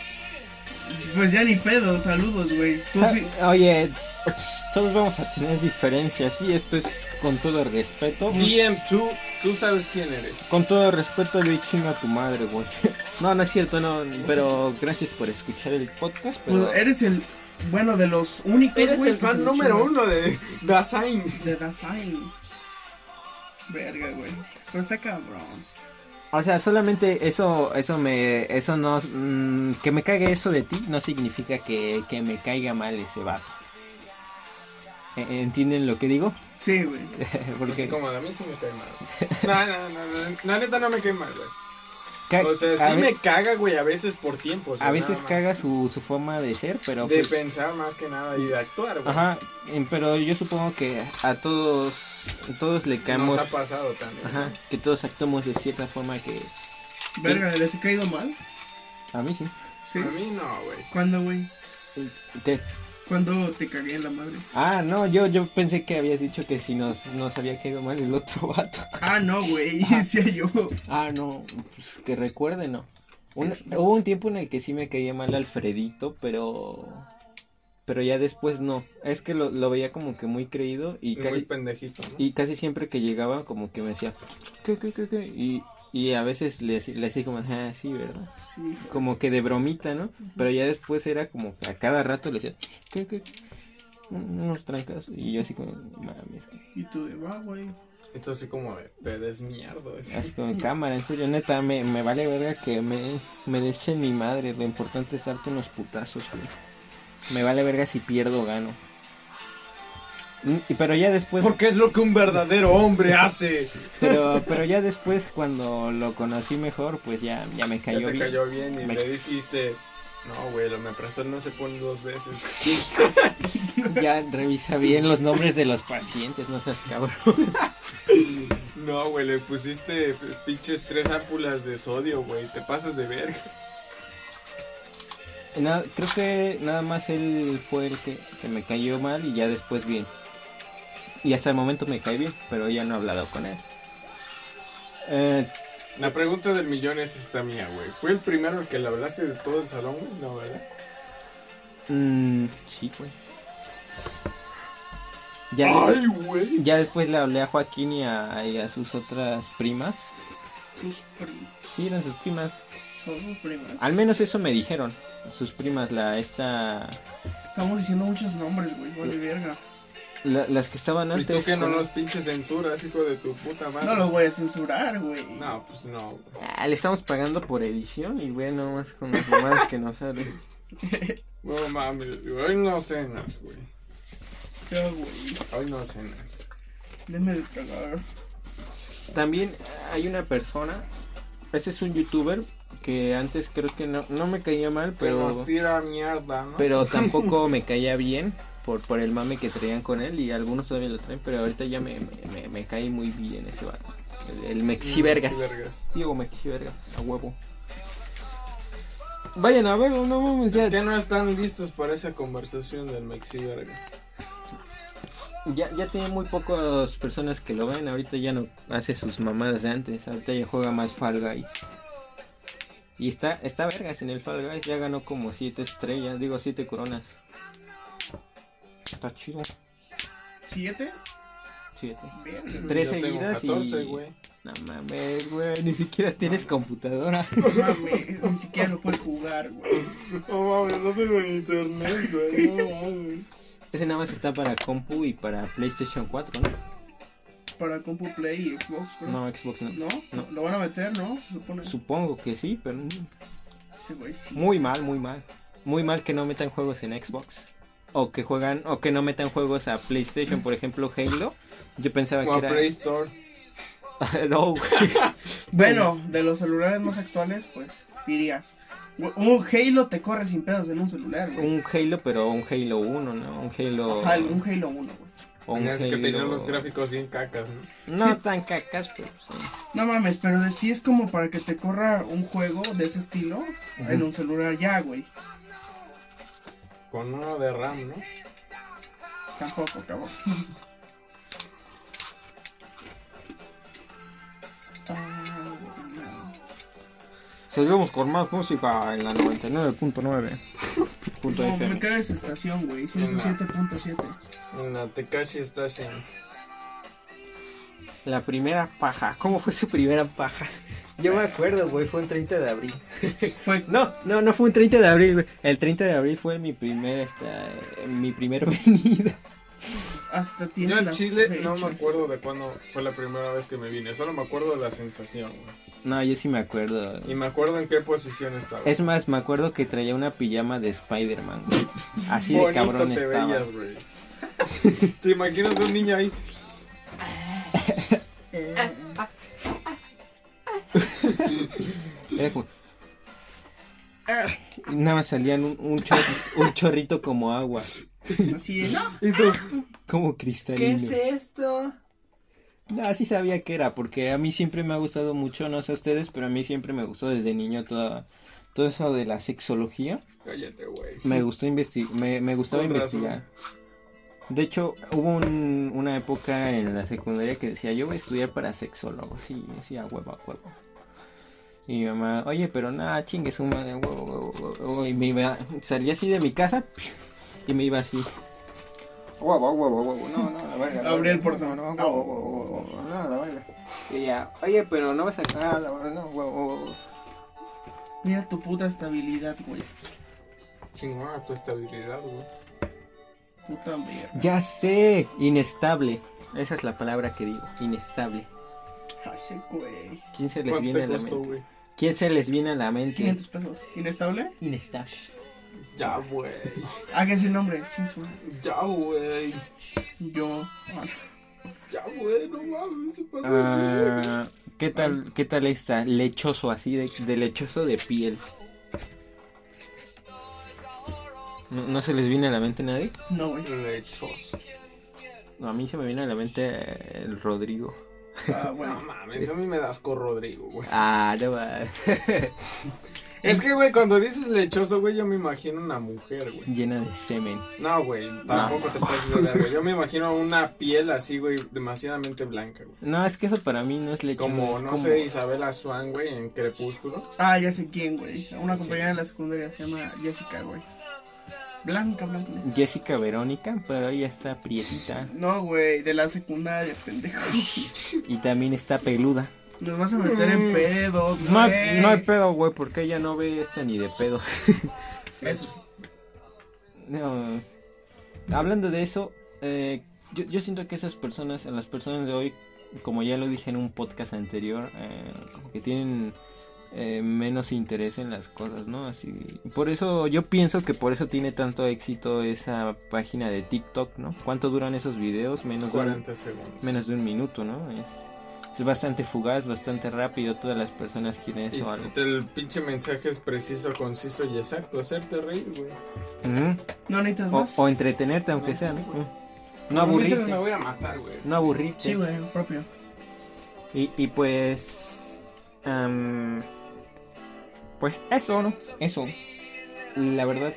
Speaker 3: Pues ya ni pedo, saludos, güey. Tú
Speaker 1: Sa-
Speaker 3: sí.
Speaker 1: Oye, tss, tss, todos vamos a tener diferencias, sí, esto es con todo respeto. Pues,
Speaker 2: DM2, tú sabes quién eres.
Speaker 1: Con todo respeto, de chinga a tu madre, güey. No, no es cierto, no, pero gracias por escuchar el podcast, pero...
Speaker 3: Pues
Speaker 2: eh.
Speaker 3: eres el. Bueno, de los únicos.
Speaker 2: Eres
Speaker 3: güey,
Speaker 2: el
Speaker 3: que se
Speaker 2: fan
Speaker 3: lo
Speaker 2: número
Speaker 3: chingan.
Speaker 2: uno de Dasein.
Speaker 3: De Dasein. Verga, güey. Pero está cabrón.
Speaker 1: O sea, solamente eso, eso me, eso no, mm, que me caiga eso de ti no significa que, que me caiga mal ese vato. E- ¿Entienden lo que digo?
Speaker 3: Sí, güey.
Speaker 1: Porque
Speaker 2: Así como a mí sí me cae mal. No, no, no, no. La neta no me cae mal, güey.
Speaker 1: ca-
Speaker 2: O sea,
Speaker 1: a,
Speaker 2: sí
Speaker 1: ve-
Speaker 2: me caga, güey, a veces por tiempos.
Speaker 1: a
Speaker 2: güey,
Speaker 1: veces
Speaker 2: nada más.
Speaker 1: caga su, su forma de ser, pero
Speaker 2: De
Speaker 1: pues,
Speaker 2: pensar más que nada y de actuar, güey.
Speaker 1: ajá, em, pero yo supongo que a todos, todos le caemos,
Speaker 2: Nos ha pasado también.
Speaker 1: ajá, que todos actuamos de cierta forma que
Speaker 3: Verga, ¿les he caído mal?
Speaker 1: a mí sí.
Speaker 3: Sí.
Speaker 2: A mí no, güey.
Speaker 3: ¿Cuándo, güey?
Speaker 1: Te-
Speaker 3: ¿Cuándo te cagué en la madre?
Speaker 1: ah, no, yo, yo pensé que habías dicho que si nos, nos había caído mal el otro vato.
Speaker 3: Ah, no, güey. Decía yo.
Speaker 1: Ah, no, pues que recuerde, no. Un- hubo un tiempo en el que sí me caía mal Alfredito, pero. Pero ya después no. Es que lo, lo veía como que muy creído y
Speaker 2: Y muy
Speaker 1: casi,
Speaker 2: pendejito, ¿no?
Speaker 1: y casi siempre que llegaba, como que me decía, ¿qué, qué, qué, qué? Y, y a veces le, hacía- le hacía como, ah, sí, ¿verdad?
Speaker 3: Sí.
Speaker 1: Como que de bromita, ¿no? Pero ya después era como que a cada rato le decía, ¿qué, qué, qué? Un- Unos trancas. Y yo así como, mami, es que.
Speaker 3: Y tú de, va, güey.
Speaker 2: Entonces así como de, de desmierdo. así.
Speaker 1: Así como en cámara, en serio, neta, me, me vale verga que me, me desechen mi madre. Lo importante es darte unos putazos, güey. Me vale verga si pierdo o gano. Mm, y- Pero ya después,
Speaker 2: Porque es lo que un verdadero hombre hace.
Speaker 1: pero, pero ya después cuando lo conocí mejor, pues ya, ya me
Speaker 2: Ya
Speaker 1: cayó
Speaker 2: te
Speaker 1: bien.
Speaker 2: cayó bien y
Speaker 1: Me-
Speaker 2: le dijiste... No, güey, lo omeprazol no se pone dos veces.
Speaker 1: Ya revisa bien los nombres de los pacientes, no seas cabrón.
Speaker 2: No, güey, le pusiste pues, pinches tres ámpulas de sodio, güey. Te pasas de verga.
Speaker 1: na- creo que nada más él fue el que, que me cayó mal y ya después bien. Y hasta el momento me cae bien, pero ya no he hablado con él. Eh,
Speaker 2: La pregunta del millón es esta mía, güey. ¿Fue el primero el que la hablaste de todo el salón, güey? No, ¿verdad?
Speaker 1: mm, sí, güey. Ya,
Speaker 2: ¡Ay, güey!
Speaker 1: ya después le hablé a Joaquín y a, y a sus otras primas.
Speaker 3: Sus primas.
Speaker 1: Sí, eran sus primas.
Speaker 3: Son sus primas.
Speaker 2: Ah.
Speaker 1: Al menos eso me dijeron. Sus primas, la esta.
Speaker 3: Estamos diciendo muchos nombres, güey. Vale, verga.
Speaker 1: la- las que estaban
Speaker 2: ¿Y tú
Speaker 1: antes.
Speaker 2: que no
Speaker 1: con-
Speaker 2: los pinches censuras, hijo de tu puta madre?
Speaker 3: No lo voy a censurar, güey.
Speaker 2: No, pues no, güey.
Speaker 1: Ah, le estamos pagando por edición y güey, nomás con las mamadas que nos salen.
Speaker 2: No mames, güey. hoy no cenas, güey.
Speaker 3: Ya, güey.
Speaker 2: Hoy no cenas.
Speaker 3: Denme de tragar.
Speaker 1: También hay una persona, ese es un youtuber que antes creo que no, no me caía mal,
Speaker 2: Pero
Speaker 1: pero,
Speaker 2: nos tira mierda, ¿no?
Speaker 1: pero tampoco me caía bien por, por el mame que traían con él y algunos todavía lo traen, pero ahorita ya me, me, me- me cae muy bien ese vato. El, el Mexi Vergas.
Speaker 2: Mexivergas.
Speaker 1: Diego Mexi Vergas, a huevo. Vayan a verlo, no mames, ya,
Speaker 2: Es que no están listos para esa conversación del Mexi Vergas.
Speaker 1: Ya, ya tiene muy pocas personas que lo ven, ahorita ya no hace sus mamadas de antes, ahorita ya juega más Fall Guys. Y está, está vergas en el Fall Guys, ya ganó como 7 estrellas, digo 7 coronas. Está chido,
Speaker 3: ¿Siete?
Speaker 1: 7.
Speaker 3: Verga. güey.
Speaker 1: Tres
Speaker 2: Yo tengo
Speaker 1: seguidas y-
Speaker 2: 14, güey.
Speaker 1: No mames, güey, ni siquiera tienes computadora.
Speaker 3: No mames, ni siquiera lo puedes jugar, güey.
Speaker 2: No mames, no tengo ni internet, güey. No mames.
Speaker 1: Ese nada más está para compu y para PlayStation 4, ¿no?
Speaker 3: Para Compu Play y Xbox, güey.
Speaker 1: No, Xbox no.
Speaker 3: ¿No?
Speaker 1: No.
Speaker 3: Lo van a meter, ¿no? Se supone.
Speaker 1: Supongo que sí, pero
Speaker 3: Ese güey sí.
Speaker 1: Muy mal, muy mal. Muy mal que no metan juegos en Xbox. O que juegan, o que no metan juegos a PlayStation, por ejemplo, Halo. Yo pensaba
Speaker 2: O a
Speaker 1: que era.
Speaker 2: Play Store.
Speaker 1: no, güey.
Speaker 3: Bueno, de los celulares más actuales, pues dirías. "Güey, Un Halo te corre sin pedos en un celular, güey.
Speaker 1: Un Halo, pero un Halo 1, ¿no? Un Halo.
Speaker 3: Ajá, un Halo 1, güey.
Speaker 1: o un
Speaker 2: Tenías que
Speaker 1: Halo-
Speaker 2: tener los gráficos bien cacas, ¿no?
Speaker 1: No
Speaker 3: Sí.
Speaker 1: tan cacas, pero sí.
Speaker 3: No mames, pero de- sí es como para que te corra un juego de ese estilo en un celular ya, güey.
Speaker 2: Con uno de RAM, ¿no?
Speaker 3: Tampoco, cabrón. Ah, güey, no.
Speaker 1: Seguimos con más música en la 99.9. Punto
Speaker 3: No,
Speaker 1: FM.
Speaker 3: me cae esa estación, güey. 107.7.
Speaker 2: En la Tekashi Station.
Speaker 1: La primera paja. ¿Cómo fue su primera paja? Yo me acuerdo, güey, fue un 30 de abril.
Speaker 3: Fue
Speaker 1: No, no, no fue un 30 de abril, güey. El 30 de abril fue mi primer, esta, eh, mi primer venida.
Speaker 3: hasta tiene
Speaker 2: Yo en
Speaker 3: las
Speaker 2: Chile no me
Speaker 3: fechas.
Speaker 2: acuerdo de cuándo fue la primera vez que me vine. Solo me acuerdo de la sensación, güey.
Speaker 1: No, yo sí me acuerdo.
Speaker 2: Y me acuerdo en qué posición estaba.
Speaker 1: Es más, me acuerdo que traía una pijama de Spider-Man, güey. Así de
Speaker 2: Bonito
Speaker 1: cabrón
Speaker 2: te
Speaker 1: estaba.
Speaker 2: veías, güey. ¿Te imaginas un niño ahí?
Speaker 3: Eh,
Speaker 1: Era como- Nada más salían un, un chor- un chorrito como agua,
Speaker 3: así es.
Speaker 2: Y tú,
Speaker 1: como cristalino.
Speaker 4: esto?
Speaker 1: No, sí sabía que era, porque a mí siempre me ha gustado mucho, no sé a ustedes, pero a mí siempre me gustó desde niño toda, todo eso de la sexología.
Speaker 2: cállate, güey.
Speaker 1: Me gustó investigar, me, me gustaba
Speaker 2: Con razón.
Speaker 1: investigar. De hecho, hubo un- una época en la secundaria que decía, yo voy a estudiar para sexólogo. Sí, yo decía, huevo, a huevo. Y mi mamá, oye, pero nada, chingue su madre, huevo, huevo, huevo, huevo". Y me iba, salía así de mi casa piu, y me iba así. Huevo, huevo, huevo, no, no, la verga. la
Speaker 3: Abrí
Speaker 1: verga,
Speaker 3: el portón. Ah, oh,
Speaker 1: No, no, huevo, huevo, huevo, no, la verga. Y ya, oye, pero no vas a...
Speaker 3: oh.
Speaker 1: Ah, la verga, no, huevo, huevo, huevo".
Speaker 3: Mira tu puta estabilidad, güey.
Speaker 2: Chingona tu estabilidad, güey.
Speaker 3: Puta mierda.
Speaker 1: Ya sé, inestable. Esa es la palabra que digo, inestable.
Speaker 3: Ay, ese güey.
Speaker 1: ¿Quién se les
Speaker 2: ¿Cuánto
Speaker 1: viene a
Speaker 2: te
Speaker 1: la
Speaker 2: costó,
Speaker 1: mente?
Speaker 2: güey?
Speaker 1: ¿Quién se les viene a la mente?
Speaker 3: 500 pesos. ¿Inestable?
Speaker 1: Inestable.
Speaker 2: Ya, güey.
Speaker 3: Hágase el nombre. chingue su madre.
Speaker 2: Ya, güey.
Speaker 3: Yo. Ah,
Speaker 2: Ya, güey. No mames, se pasó. güey.
Speaker 1: Ah, ¿Qué tal, qué tal esta? Lechoso, así de, de lechoso de piel. ¿No, no se les viene a la mente nadie?
Speaker 3: No, güey.
Speaker 2: Lechoso.
Speaker 1: No, a mí se me viene a la mente eh, el Rodrigo.
Speaker 3: Ah,
Speaker 2: No
Speaker 3: bueno.
Speaker 1: eh.
Speaker 2: mames, a mí me das con Rodrigo, güey.
Speaker 1: Ah, no va.
Speaker 2: Es que, güey, cuando dices lechoso, güey, yo me imagino una mujer, güey.
Speaker 1: Llena de semen.
Speaker 2: No, güey, tampoco te puedes joder, güey. Yo me imagino una piel así, güey, demasiadamente blanca, güey.
Speaker 1: No, es que eso para mí no es leche.
Speaker 2: Como,
Speaker 1: es
Speaker 2: no sé, Isabela Swan, güey, en Crepúsculo.
Speaker 3: Ah, ya sé quién, güey. Una compañera de la secundaria se llama Jessica, güey. Blanca, blanca. blanca.
Speaker 1: Jessica Verónica, pero ella está prietita
Speaker 3: No, güey, de la secundaria, pendejo.
Speaker 1: y también está peluda.
Speaker 3: Nos vas a meter en
Speaker 2: Mm.
Speaker 3: pedos, güey.
Speaker 1: No hay, no hay pedo, güey, porque ella no ve esto ni de pedo.
Speaker 3: Eso sí.
Speaker 1: No. Hablando de eso, eh, yo, yo siento que esas personas, a las personas de hoy, como ya lo dije en un podcast anterior, eh, como que tienen eh, menos interés en las cosas, ¿no? Así, por eso yo pienso que por eso tiene tanto éxito esa página de TikTok, ¿no? ¿Cuánto duran esos videos? Menos de un,
Speaker 2: 40 segundos.
Speaker 1: menos de un minuto, ¿no? Es, es bastante fugaz, bastante rápido, todas las personas quieren
Speaker 2: Y
Speaker 1: eso. Algo.
Speaker 2: el pinche mensaje es preciso, conciso y exacto. Hacerte reír, güey.
Speaker 1: Ujú.
Speaker 3: No necesitas
Speaker 1: o,
Speaker 3: más.
Speaker 1: o entretenerte, aunque sea, ¿no? Ujú. No aburrirte.
Speaker 2: Me voy a matar, güey.
Speaker 1: No aburrirte.
Speaker 3: Sí, güey, propio.
Speaker 1: Y, y pues. am, pues eso, ¿no? Eso. La verdad.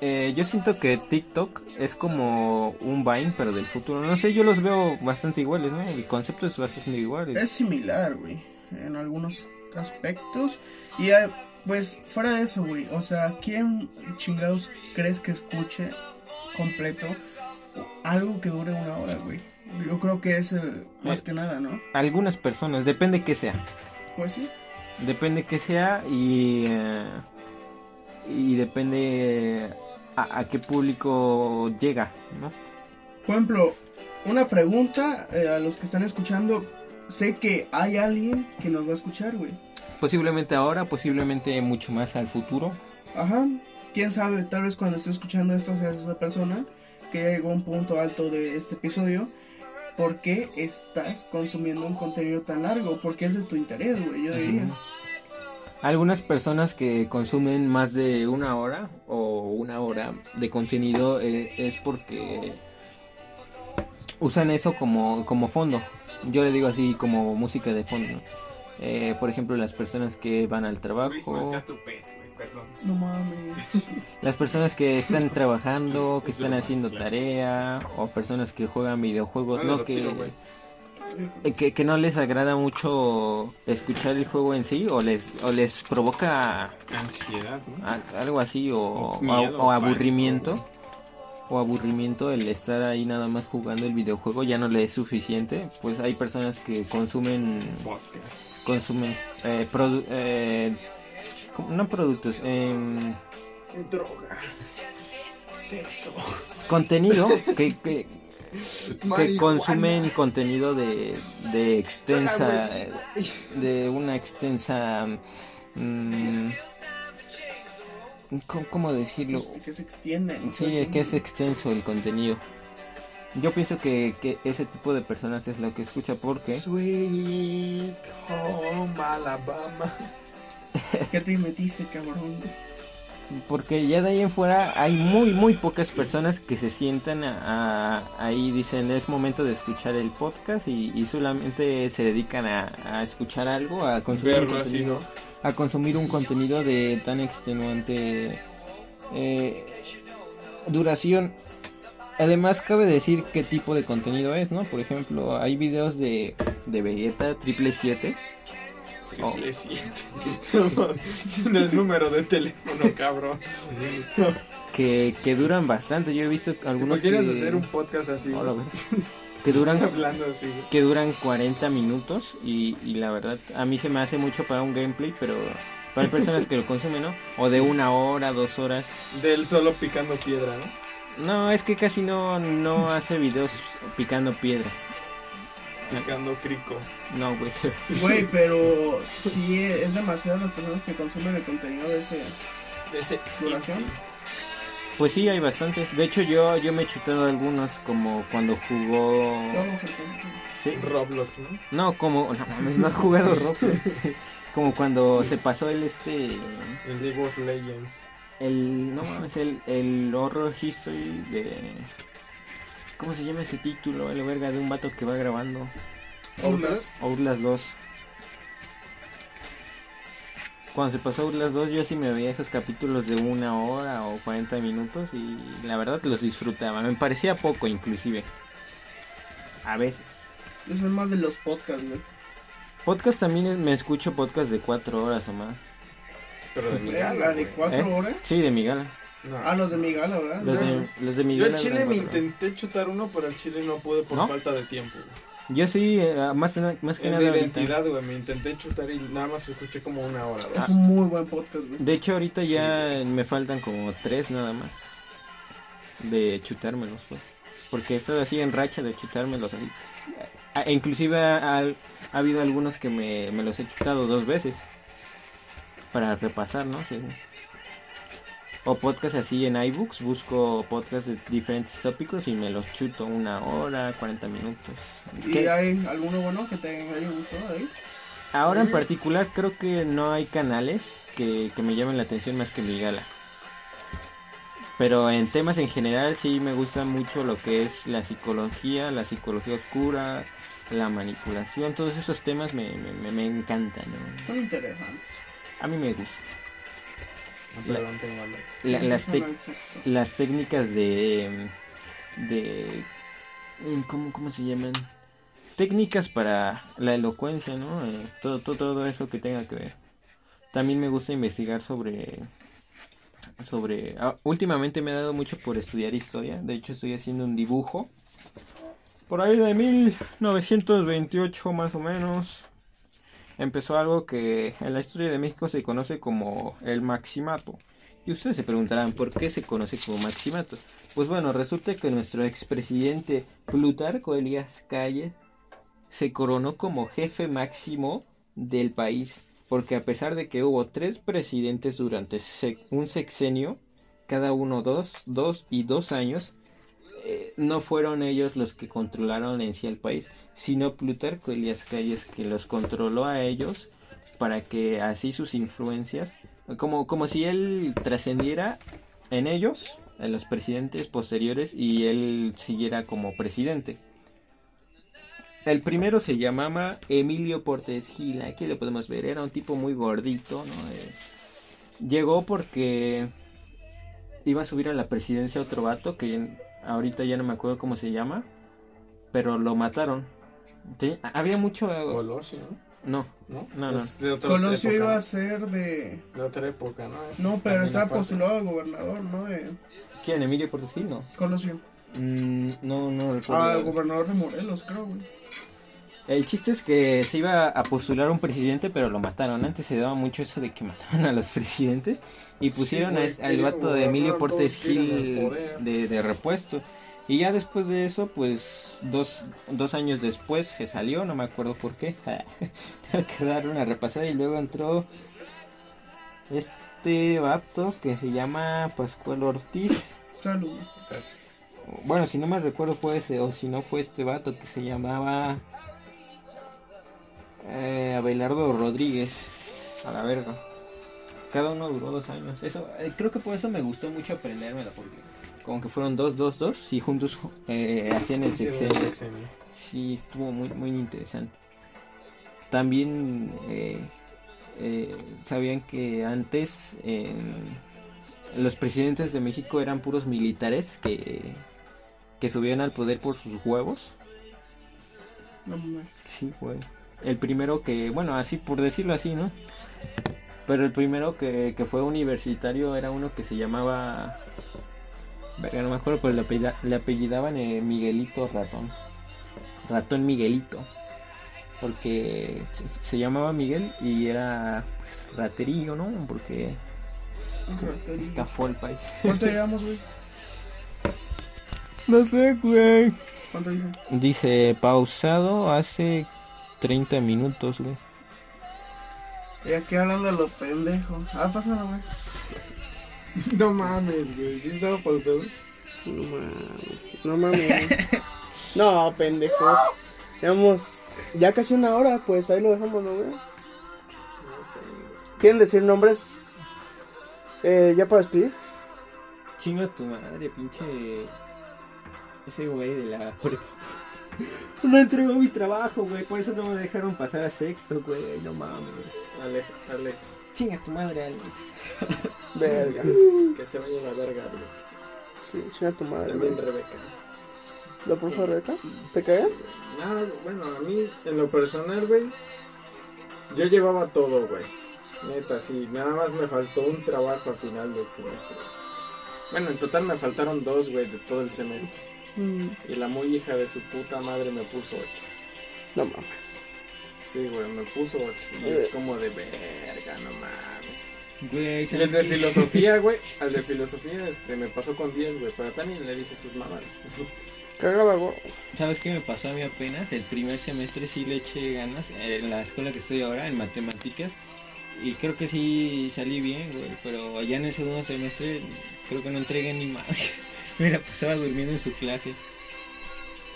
Speaker 1: eh, yo siento que TikTok es como un Vine, pero del futuro. No sé, yo los veo bastante iguales, ¿no? El concepto es bastante igual.
Speaker 3: Es similar, güey, en algunos aspectos. Y ah, pues fuera de eso, güey, o sea, ¿quién chingados crees que escuche completo algo que dure una hora, güey? Yo creo que es eh, más
Speaker 1: Eh.
Speaker 3: que nada, ¿no?
Speaker 1: Algunas personas, depende que sea.
Speaker 3: Pues sí.
Speaker 1: Depende que sea y. eh, y depende a, a qué público llega, ¿no?
Speaker 3: Por ejemplo, una pregunta eh, a los que están escuchando. Sé que hay alguien que nos va a escuchar, güey.
Speaker 1: Posiblemente ahora, posiblemente mucho más al futuro.
Speaker 3: Ajá. Quién sabe, tal vez cuando esté escuchando esto seas esa persona que ya llegó a un punto alto de este episodio. ¿Por qué estás consumiendo un contenido tan largo? Porque es de tu interés, güey, yo diría.
Speaker 1: Algunas personas que consumen más de una hora o una hora de contenido eh, es porque usan eso como, como fondo. Yo le digo así como música de fondo. ¿no? Eh, por ejemplo, las personas que van al trabajo,
Speaker 2: tu pez, güey, perdón.
Speaker 3: No mames.
Speaker 1: las personas que están trabajando, que
Speaker 2: Es
Speaker 1: están
Speaker 2: broma,
Speaker 1: haciendo
Speaker 2: claro.
Speaker 1: tarea o personas que juegan videojuegos,
Speaker 2: Dale
Speaker 1: ¿no?
Speaker 2: lo
Speaker 1: Que,
Speaker 2: tiro, güey.
Speaker 1: eh, que, que no les agrada mucho escuchar el juego en sí o les, o les provoca
Speaker 2: Ansiedad, ¿no?
Speaker 1: Al- algo así o, o-
Speaker 2: Miedo,
Speaker 1: o aburrimiento
Speaker 2: pánico,
Speaker 1: o aburrimiento el estar ahí nada más jugando el videojuego ya no le es suficiente pues hay personas que consumen
Speaker 2: Podcast.
Speaker 1: consumen eh, produ- eh, com- no productos em,
Speaker 2: Droga. Sexo.
Speaker 1: contenido que, que, que
Speaker 2: Marihuana.
Speaker 1: consumen contenido de, de extensa
Speaker 2: Dale,
Speaker 1: de una extensa mm, ¿cómo- cómo decirlo
Speaker 3: Pues, que se extiende. ¿no?
Speaker 1: Sí, es que es extenso el contenido. Yo pienso que, que ese tipo de personas es lo que escucha porque
Speaker 2: Sweet Home Alabama.
Speaker 3: ¿Qué te metiste, cabrón?
Speaker 1: porque ya de ahí en fuera hay muy muy pocas personas que se sientan a, a- ahí y dicen es momento de escuchar el podcast y, y solamente se dedican a, a escuchar algo a consumir un
Speaker 2: Verlo así,
Speaker 1: contenido-
Speaker 2: ¿no?
Speaker 1: a consumir un contenido de tan extenuante eh, duración. Además, cabe decir qué tipo de contenido es, ¿no? Por ejemplo, hay videos de, de Vegeta triple 7. Oh.
Speaker 2: Triple siete. no es número de teléfono, cabrón.
Speaker 1: que, que duran bastante. Yo he visto algunos que,
Speaker 2: ¿No quieres hacer un podcast así?
Speaker 1: Hola,
Speaker 2: güey?
Speaker 1: güey. que duran
Speaker 2: Hablando así, güey.
Speaker 1: que duran 40 minutos y, y la verdad a mí se me hace mucho para un gameplay, pero para personas que lo consumen, ¿no? O de una hora, dos horas.
Speaker 2: Del solo picando piedra, ¿no?
Speaker 1: No, es que casi no, no hace videos picando piedra.
Speaker 2: Picando crico.
Speaker 1: No, güey.
Speaker 3: Güey, pero sí es demasiadas las personas que consumen el contenido de ese.
Speaker 2: Ese
Speaker 3: ¿Duración?
Speaker 1: Pues sí, hay bastantes. De hecho, yo, yo me he chutado algunos como cuando jugó...
Speaker 3: No, Jorge.
Speaker 1: ¿Sí?
Speaker 2: Roblox, ¿no?
Speaker 1: No, como... No, mames, no he jugado Roblox. Como cuando se pasó el este...
Speaker 2: El League of Legends.
Speaker 1: El... No mames, el, el horror history de... ¿Cómo se llama ese título? El verga de un vato que va grabando.
Speaker 3: Outlast.
Speaker 1: Outlast 2. cuando se pasó las dos, yo sí me veía esos capítulos de una hora o 40 minutos y la verdad los disfrutaba. Me parecía poco, inclusive. A veces.
Speaker 3: Yo soy más de los podcasts, güey.
Speaker 1: Podcast también es- me escucho podcast de cuatro horas o más.
Speaker 2: Pero de mi
Speaker 3: Eh,
Speaker 2: gala,
Speaker 3: la de
Speaker 2: güey.
Speaker 3: cuatro
Speaker 1: ¿Eh?
Speaker 3: horas.
Speaker 1: Sí, de mi gala.
Speaker 2: No.
Speaker 3: Ah, los de mi gala, ¿verdad?
Speaker 1: Los de, los de mi
Speaker 2: Yo al
Speaker 1: gala
Speaker 2: chile
Speaker 1: eran
Speaker 2: me
Speaker 1: cuatro.
Speaker 2: intenté chutar uno, pero al chile no pude por
Speaker 1: ¿No?
Speaker 2: falta de tiempo. güey.
Speaker 1: Yo sí, eh, más, más que
Speaker 2: En
Speaker 1: nada.
Speaker 2: de
Speaker 1: ahorita.
Speaker 2: identidad, güey, me intenté chutar y nada más escuché como una hora. güey.
Speaker 1: Ah,
Speaker 3: Es un muy buen podcast, güey.
Speaker 1: De hecho, ahorita ya me faltan como tres nada más. De chutármelos, pues. Porque he estado así en racha de chutármelos. Así. Ah, e inclusive ha, ha- ha habido algunos que me, me los he chutado dos veces. Para repasar, ¿no? Según. O podcast así en iBooks. Busco podcasts de diferentes tópicos y me los chuto una hora, 40 minutos.
Speaker 3: ¿Y
Speaker 1: Que
Speaker 3: hay alguno bueno que te haya gustado de ahí?
Speaker 1: Ahora en particular creo que no hay canales que, que me llamen la atención más que mi gala. Pero en temas en general sí me gusta mucho lo que es la psicología, la psicología oscura, la manipulación, todos esos temas me, me- me- me encantan. ¿no?
Speaker 3: Son interesantes.
Speaker 1: A mí me gusta.
Speaker 2: Pero no tengo hambre.
Speaker 1: La- las,
Speaker 3: Son
Speaker 1: tec-
Speaker 3: al sexo.
Speaker 1: las técnicas de... de mm, ¿cómo, ¿Cómo se llaman? Técnicas para la elocuencia, ¿no? Eh, todo, todo, todo eso que tenga que ver. También me gusta investigar sobre... sobre ah, últimamente me he dado mucho por estudiar historia. De hecho, estoy haciendo un dibujo. Por ahí de 1928 más o menos. Empezó algo que en la historia de México se conoce como el maximato. Y ustedes se preguntarán por qué se conoce como maximato. Pues bueno, resulta que nuestro expresidente Plutarco Elías Calles se coronó como jefe máximo del país, porque a pesar de que hubo tres presidentes durante sec- un sexenio, cada uno dos, dos y dos años, eh, no fueron ellos los que controlaron en sí el país, sino Plutarco Elías Calles que los controló a ellos para que así sus influencias, como, como si él trascendiera en ellos, en los presidentes posteriores, y él siguiera como presidente. El primero se llamaba Emilio Portes Gil, aquí lo podemos ver, era un tipo muy gordito, ¿no? Eh, llegó porque iba a subir a la presidencia otro vato, que ahorita ya no me acuerdo cómo se llama, pero lo mataron. Te- Había mucho...
Speaker 2: Colosio,
Speaker 1: No,
Speaker 2: ¿no? ¿no?
Speaker 1: No, no.
Speaker 2: Es de otra
Speaker 3: Colosio
Speaker 2: época,
Speaker 3: iba
Speaker 2: ¿no?
Speaker 3: a ser de.
Speaker 2: De otra época, ¿no? Es
Speaker 3: No,
Speaker 2: también
Speaker 3: pero estaba
Speaker 2: aparte.
Speaker 3: postulado a gobernador, ¿no? De
Speaker 1: ¿quién? Emilio Portes Gil, no.
Speaker 3: Colosio.
Speaker 1: Mm, no, no recuerdo.
Speaker 3: Ah, gobernador de Morelos, creo, güey.
Speaker 1: El chiste es que se iba a postular un presidente, pero lo mataron. Antes se daba mucho eso de que mataban a los presidentes. Y pusieron
Speaker 2: güey,
Speaker 1: a es- al
Speaker 2: quieren
Speaker 1: vato de Emilio
Speaker 2: gobernar,
Speaker 1: Portes
Speaker 2: todos quieren el
Speaker 1: Gil
Speaker 2: poder.
Speaker 1: de, de repuesto. Y ya después de eso, pues dos, dos años después se salió, no me acuerdo por qué. Tengo que dar una repasada. Y luego entró este vato que se llama Pascual Ortiz.
Speaker 3: Salud. güey.
Speaker 2: Gracias.
Speaker 1: Bueno, si no me recuerdo fue ese, o si no fue este vato que se llamaba eh, Abelardo Rodríguez. A la verga. Cada uno duró dos años. Eso, eh, creo que por eso me gustó mucho aprendérmela, porque como que fueron dos, dos, dos, y juntos eh, hacían el
Speaker 2: Hicieron
Speaker 1: sexenio.
Speaker 2: el sexenio.
Speaker 1: Sí, estuvo muy, muy interesante. También eh, eh, sabían que antes eh, los presidentes de México eran puros militares que, que subían al poder por sus huevos.
Speaker 3: No mames.
Speaker 1: Sí, güey. El primero que, bueno, así por decirlo así, ¿no? Pero el primero que, que fue universitario era uno que se llamaba... Verga, no me acuerdo, pero le, apellida- le apellidaban eh, Miguelito Ratón. Ratón Miguelito. Porque se, se llamaba Miguel y era pues, raterillo, ¿no? Porque pues. estafó el país.
Speaker 3: ¿Cuánto llevamos, güey?
Speaker 1: No sé, güey.
Speaker 3: ¿Cuánto dice?
Speaker 1: Dice, pausado hace 30 minutos, güey.
Speaker 3: Y aquí hablando de los pendejos. Ah, pásalo, güey.
Speaker 2: No mames, güey. Sí estaba pausado.
Speaker 5: No mames. No mames. no, pendejo. Llevamos ya casi una hora, pues ahí lo dejamos, ¿no, güey?
Speaker 2: No sé, güey.
Speaker 5: ¿Quieren decir nombres? Eh, ya para despedir.
Speaker 1: Chinga tu madre, pinche. Ese güey de la. prepa.
Speaker 4: No entregó mi trabajo, güey. Por eso no me dejaron pasar a sexto, güey. No mames.
Speaker 2: Alex, Alex,
Speaker 4: Chinga tu madre, Alex.
Speaker 5: Verga.
Speaker 2: que se vaya a la verga, Alex.
Speaker 5: Sí, chinga tu madre, güey.
Speaker 2: También Rebeca.
Speaker 5: ¿La profe Rebeca?
Speaker 4: Sí.
Speaker 5: ¿Te cagan?
Speaker 2: No, bueno, a mí, en lo personal, güey, yo llevaba todo, güey. Neta, sí, nada más me faltó un trabajo al final del semestre. Bueno, en total me faltaron dos, güey, de todo el semestre.
Speaker 3: Mm.
Speaker 2: Y la muy hija de su puta madre me puso ocho.
Speaker 5: No mames.
Speaker 2: Sí, güey, me puso ocho. Y es como de verga, no mames.
Speaker 1: Güey,
Speaker 2: Y el de filosofía, güey, al de filosofía este, me pasó con 10, güey, pero también le dije sus mamadas.
Speaker 5: Cagaba gordo.
Speaker 1: ¿Sabes qué me pasó a mí apenas? El primer semestre sí le eché ganas eh, en la escuela que estoy ahora, en matemáticas. Y creo que sí salí bien, güey. Pero allá en el segundo semestre creo que no entregué ni más. Me la pasaba durmiendo en su clase.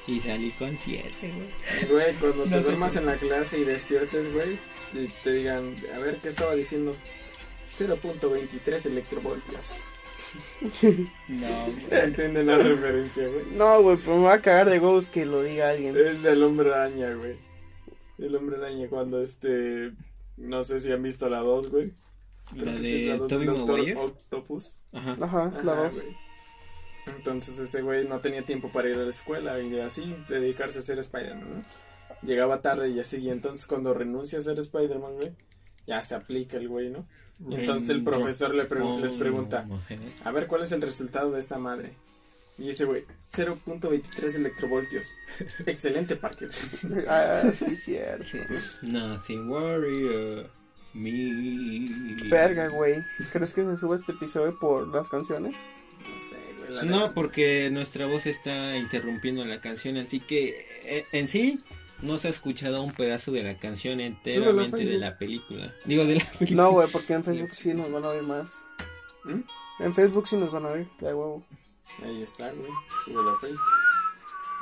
Speaker 1: Y salí con siete, güey.
Speaker 2: Güey, cuando te
Speaker 1: No sé
Speaker 2: duermas
Speaker 1: cómo.
Speaker 2: en la clase y despiertes, güey, y te digan, a ver, ¿qué estaba diciendo? 0.23 electrovoltios.
Speaker 1: No,
Speaker 2: ¿Se entiende la referencia, güey?
Speaker 5: No, güey, pero me va a cagar de huevos que lo diga
Speaker 3: Eh.
Speaker 5: alguien.
Speaker 2: Es del hombre araña, güey. El hombre araña cuando este... No sé si han visto la 2, güey. Creo
Speaker 1: la
Speaker 2: que sí, la
Speaker 1: de
Speaker 2: dos,
Speaker 1: Toby
Speaker 2: Doctor
Speaker 1: Maguire.
Speaker 2: Octopus.
Speaker 1: Ajá.
Speaker 5: Ajá, la
Speaker 2: Ajá,
Speaker 5: dos.
Speaker 2: güey. Entonces ese güey no tenía tiempo para ir a la escuela y así dedicarse a ser Spider-Man, ¿no? Llegaba tarde y así, y entonces cuando renuncia a ser Spider-Man, güey, ya se aplica el güey, ¿no? Y entonces
Speaker 1: Mm,
Speaker 2: el profesor le pregun- les pregunta, a ver, ¿cuál es el resultado de esta madre? Y ese güey, 0.23 electrovoltios. Excelente, Parker.
Speaker 5: Ah, sí, cierto.
Speaker 1: Nothing warrior. Me.
Speaker 5: Verga, güey. ¿Crees que se suba este episodio por las canciones?
Speaker 2: No sé, güey. la
Speaker 1: No,
Speaker 2: neta.
Speaker 1: porque nuestra voz está interrumpiendo la canción, así que eh, en sí no se ha escuchado un pedazo de la canción enteramente de
Speaker 2: Facebook.
Speaker 1: la película. Digo, de la película.
Speaker 5: No, güey, porque en Facebook sí nos van a oír más.
Speaker 2: ¿Mm?
Speaker 5: En Facebook sí nos van a oír, de huevo.
Speaker 2: Ahí está, güey. Sube la Facebook.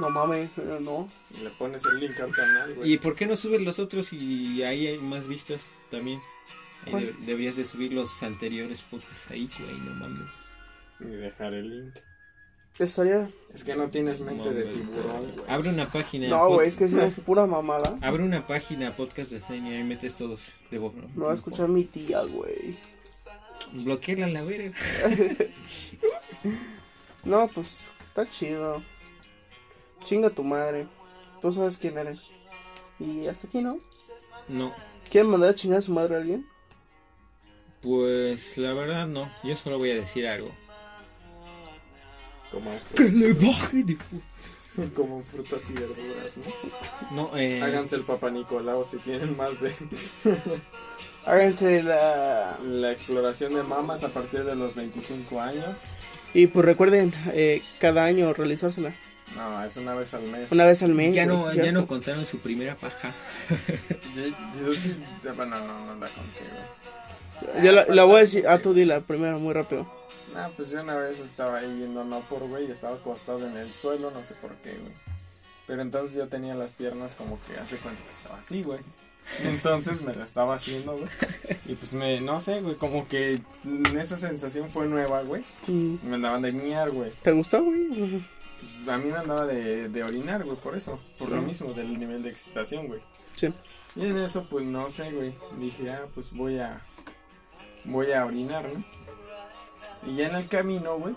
Speaker 5: No mames, eh, no.
Speaker 2: Y le pones el link al canal, güey.
Speaker 1: ¿Y por qué no subes los otros y ahí hay más vistas también? Ahí
Speaker 5: ¿Cuál?
Speaker 1: deb- deberías de subir los anteriores podcasts ahí, güey, no mames.
Speaker 2: Y dejar el link.
Speaker 5: Estaría.
Speaker 2: Es que no tienes mente de
Speaker 1: Mames,
Speaker 2: tiburón,
Speaker 1: güey.
Speaker 2: güey.
Speaker 1: Abre una página.
Speaker 5: No, güey,
Speaker 1: pod-
Speaker 5: es que sí, es pura mamada.
Speaker 1: Abre una página podcast de y metes todos de voz,
Speaker 5: Me va a escuchar mi tía, güey.
Speaker 1: Bloquea la verga.
Speaker 5: No, pues está chido. Chinga tu madre. Tú sabes quién eres. Y hasta aquí, ¿no?
Speaker 1: No.
Speaker 5: ¿Quieren mandar a chingar a su madre a alguien?
Speaker 1: Pues la verdad no, yo solo voy a decir algo.
Speaker 2: Como,
Speaker 1: le baje de
Speaker 2: como frutas y verduras, ¿no?
Speaker 1: No, eh.
Speaker 2: Háganse el Papa Nicolau si tienen más de
Speaker 5: Háganse la.
Speaker 2: la exploración de mamas a partir de los 25 años.
Speaker 5: Y pues recuerden, eh, cada año realizársela.
Speaker 2: No, es una vez al mes.
Speaker 5: Una vez al mes.
Speaker 1: Ya no,
Speaker 5: güey,
Speaker 1: ya
Speaker 5: ¿cierto?
Speaker 1: no contaron su primera paja.
Speaker 2: Yo- yo sí- bueno, no, no la conté, güey.
Speaker 5: Yo la, la voy a decir. Ah, tú dila primero, muy rápido.
Speaker 2: Nah, pues yo una vez estaba ahí viendo no por güey, y estaba acostado en el suelo, no sé por qué, güey. Pero entonces yo tenía las piernas como que hace cuenta que estaba así, güey. Entonces me la estaba haciendo, güey. Y pues me, no sé, güey, como que mm, esa sensación fue nueva, güey.
Speaker 5: Mm,
Speaker 2: Me andaban de miar, güey.
Speaker 5: ¿Te gustó, güey?
Speaker 2: Pues, a mí me andaba de, de orinar, güey, por eso. Por lo
Speaker 5: Claro.
Speaker 2: mismo, del nivel de excitación, güey.
Speaker 5: Sí.
Speaker 2: Y en eso, pues no sé, güey. Dije, ah, pues voy a. Voy a orinar, ¿no? Y ya en el camino, güey.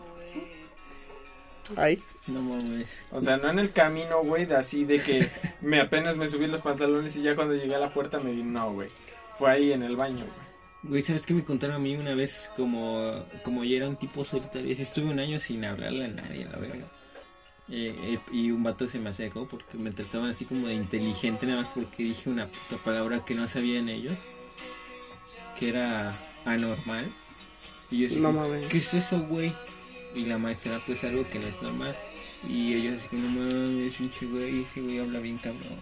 Speaker 5: Ay.
Speaker 1: No mames.
Speaker 2: O sea, no en el camino, güey, de así de que me apenas me subí los pantalones y ya cuando llegué a la puerta me di, no, güey. Fue ahí en el baño, güey.
Speaker 1: Güey, ¿sabes qué me contaron a mí una vez? Como, como yo era un tipo solitario. así Estuve un año sin hablarle a nadie, la verga. Eh, eh, y un vato se me acercó porque me trataban así como de inteligente, nada más porque dije una puta palabra que no sabían ellos. Que era anormal. Y yo así
Speaker 5: No
Speaker 1: como,
Speaker 5: mames.
Speaker 1: ¿Qué es eso, güey? Y la maestra, pues algo que no es normal. Y ellos así, no mames, pinche güey, ese güey habla bien cabrón.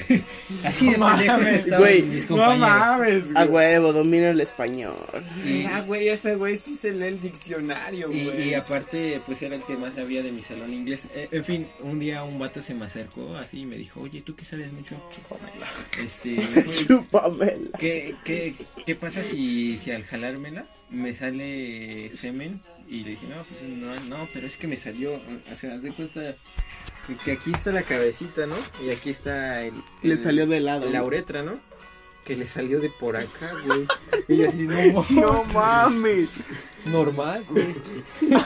Speaker 1: así de pendejos estaban
Speaker 5: güey,
Speaker 1: mis
Speaker 2: No
Speaker 1: compañeros. Ah,
Speaker 2: mames,
Speaker 5: A
Speaker 2: güey.
Speaker 5: huevo, domina el español.
Speaker 1: Y-
Speaker 2: Ah, güey, ese güey sí se lee el diccionario,
Speaker 1: y,
Speaker 2: güey.
Speaker 1: y aparte, pues era el que más sabía de mi salón inglés. Eh, en fin, un día un vato se me acercó así y me dijo, oye, ¿tú qué sabes mucho? Este,
Speaker 5: Chúpamela.
Speaker 1: ¿qué, qué, qué pasa si, si al jalármela me sale semen? Y le dije, no, pues no, no, pero es que me salió, o sea, haz de cuenta, Que, que aquí está la cabecita, ¿no? Y aquí está el...
Speaker 3: Le
Speaker 1: el-
Speaker 3: salió de lado.
Speaker 1: La uretra, ¿no? Que le salió de por acá, güey. Y yo así, no,
Speaker 3: No mames.
Speaker 1: normal, güey.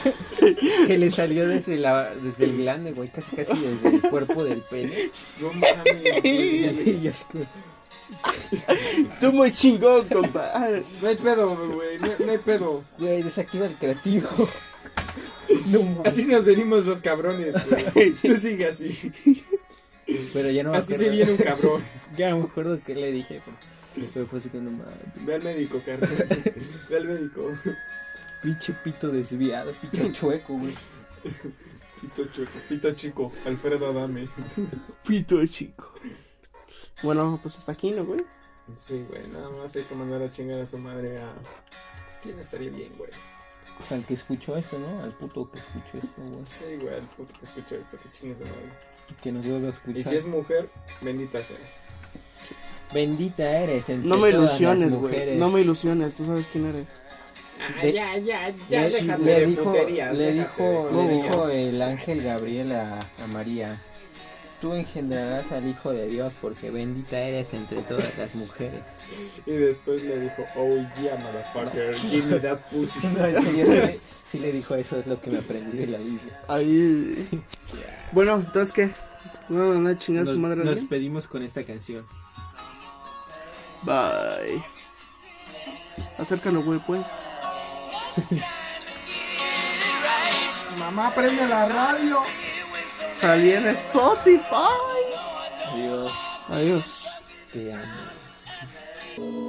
Speaker 1: que le salió desde, la, desde el glande, güey. Casi, casi desde el cuerpo del pene.
Speaker 6: No mames, güey.
Speaker 1: Y yo así como,
Speaker 3: Tú muy chingón, compa.
Speaker 2: No hay pedo, güey. No, no hay pedo.
Speaker 1: güey, desactiva el creativo. No mames.
Speaker 2: Así nos venimos los cabrones, güey. Tú sigue así.
Speaker 1: Pero ya no me
Speaker 2: Así se
Speaker 1: acuerdo-
Speaker 2: viene un cabrón.
Speaker 1: Ya no me acuerdo qué le dije, pero, pero fue así que no mames.
Speaker 2: Ve al médico, carnal. Ve al médico.
Speaker 1: Pinche pito desviado, pito chueco, güey.
Speaker 2: Pito chico, pito chico, Alfredo Adame.
Speaker 3: Pito chico. Bueno, pues hasta aquí, ¿no, güey?
Speaker 2: Sí, güey, nada más hay que mandar a chingar a su madre a... ¿Quién estaría bien, güey?
Speaker 1: O sea, al que escuchó esto, ¿no? Al puto que escuchó esto, güey.
Speaker 2: Sí, güey, al puto que escucha esto, que chingue su madre.
Speaker 1: Que nos vuelva a
Speaker 2: Y
Speaker 1: escuchar.
Speaker 2: si es mujer, bendita seas.
Speaker 1: Bendita eres entre
Speaker 3: No me
Speaker 1: todas las
Speaker 3: ilusiones, güey.
Speaker 1: mujeres.
Speaker 3: No me ilusiones, tú sabes quién eres.
Speaker 1: De-
Speaker 2: Ah, ya, ya,
Speaker 1: Le-
Speaker 2: déjate
Speaker 1: le
Speaker 2: de
Speaker 1: dijo,
Speaker 2: puterías,
Speaker 1: le
Speaker 2: déjate
Speaker 1: dijo,
Speaker 2: de
Speaker 1: le
Speaker 2: puterías.
Speaker 1: dijo el ángel Gabriel a, a María, tú engendrarás al Hijo de Dios porque bendita eres entre todas las mujeres.
Speaker 2: Y después le dijo, oh yeah, motherfucker, give me that pussy.
Speaker 1: sí, le, sí le dijo eso, es lo que me aprendí de la Biblia.
Speaker 3: Ahí. Bueno, entonces, ¿qué? Bueno, a mandar a chingar a su madre. ¿eh? a alguien?
Speaker 1: pedimos con esta canción.
Speaker 3: Bye. Acércalo, güey, pues.
Speaker 7: Mamá, prende la radio.
Speaker 3: Salí en Spotify.
Speaker 1: Dios,
Speaker 3: Adiós.
Speaker 1: te amo.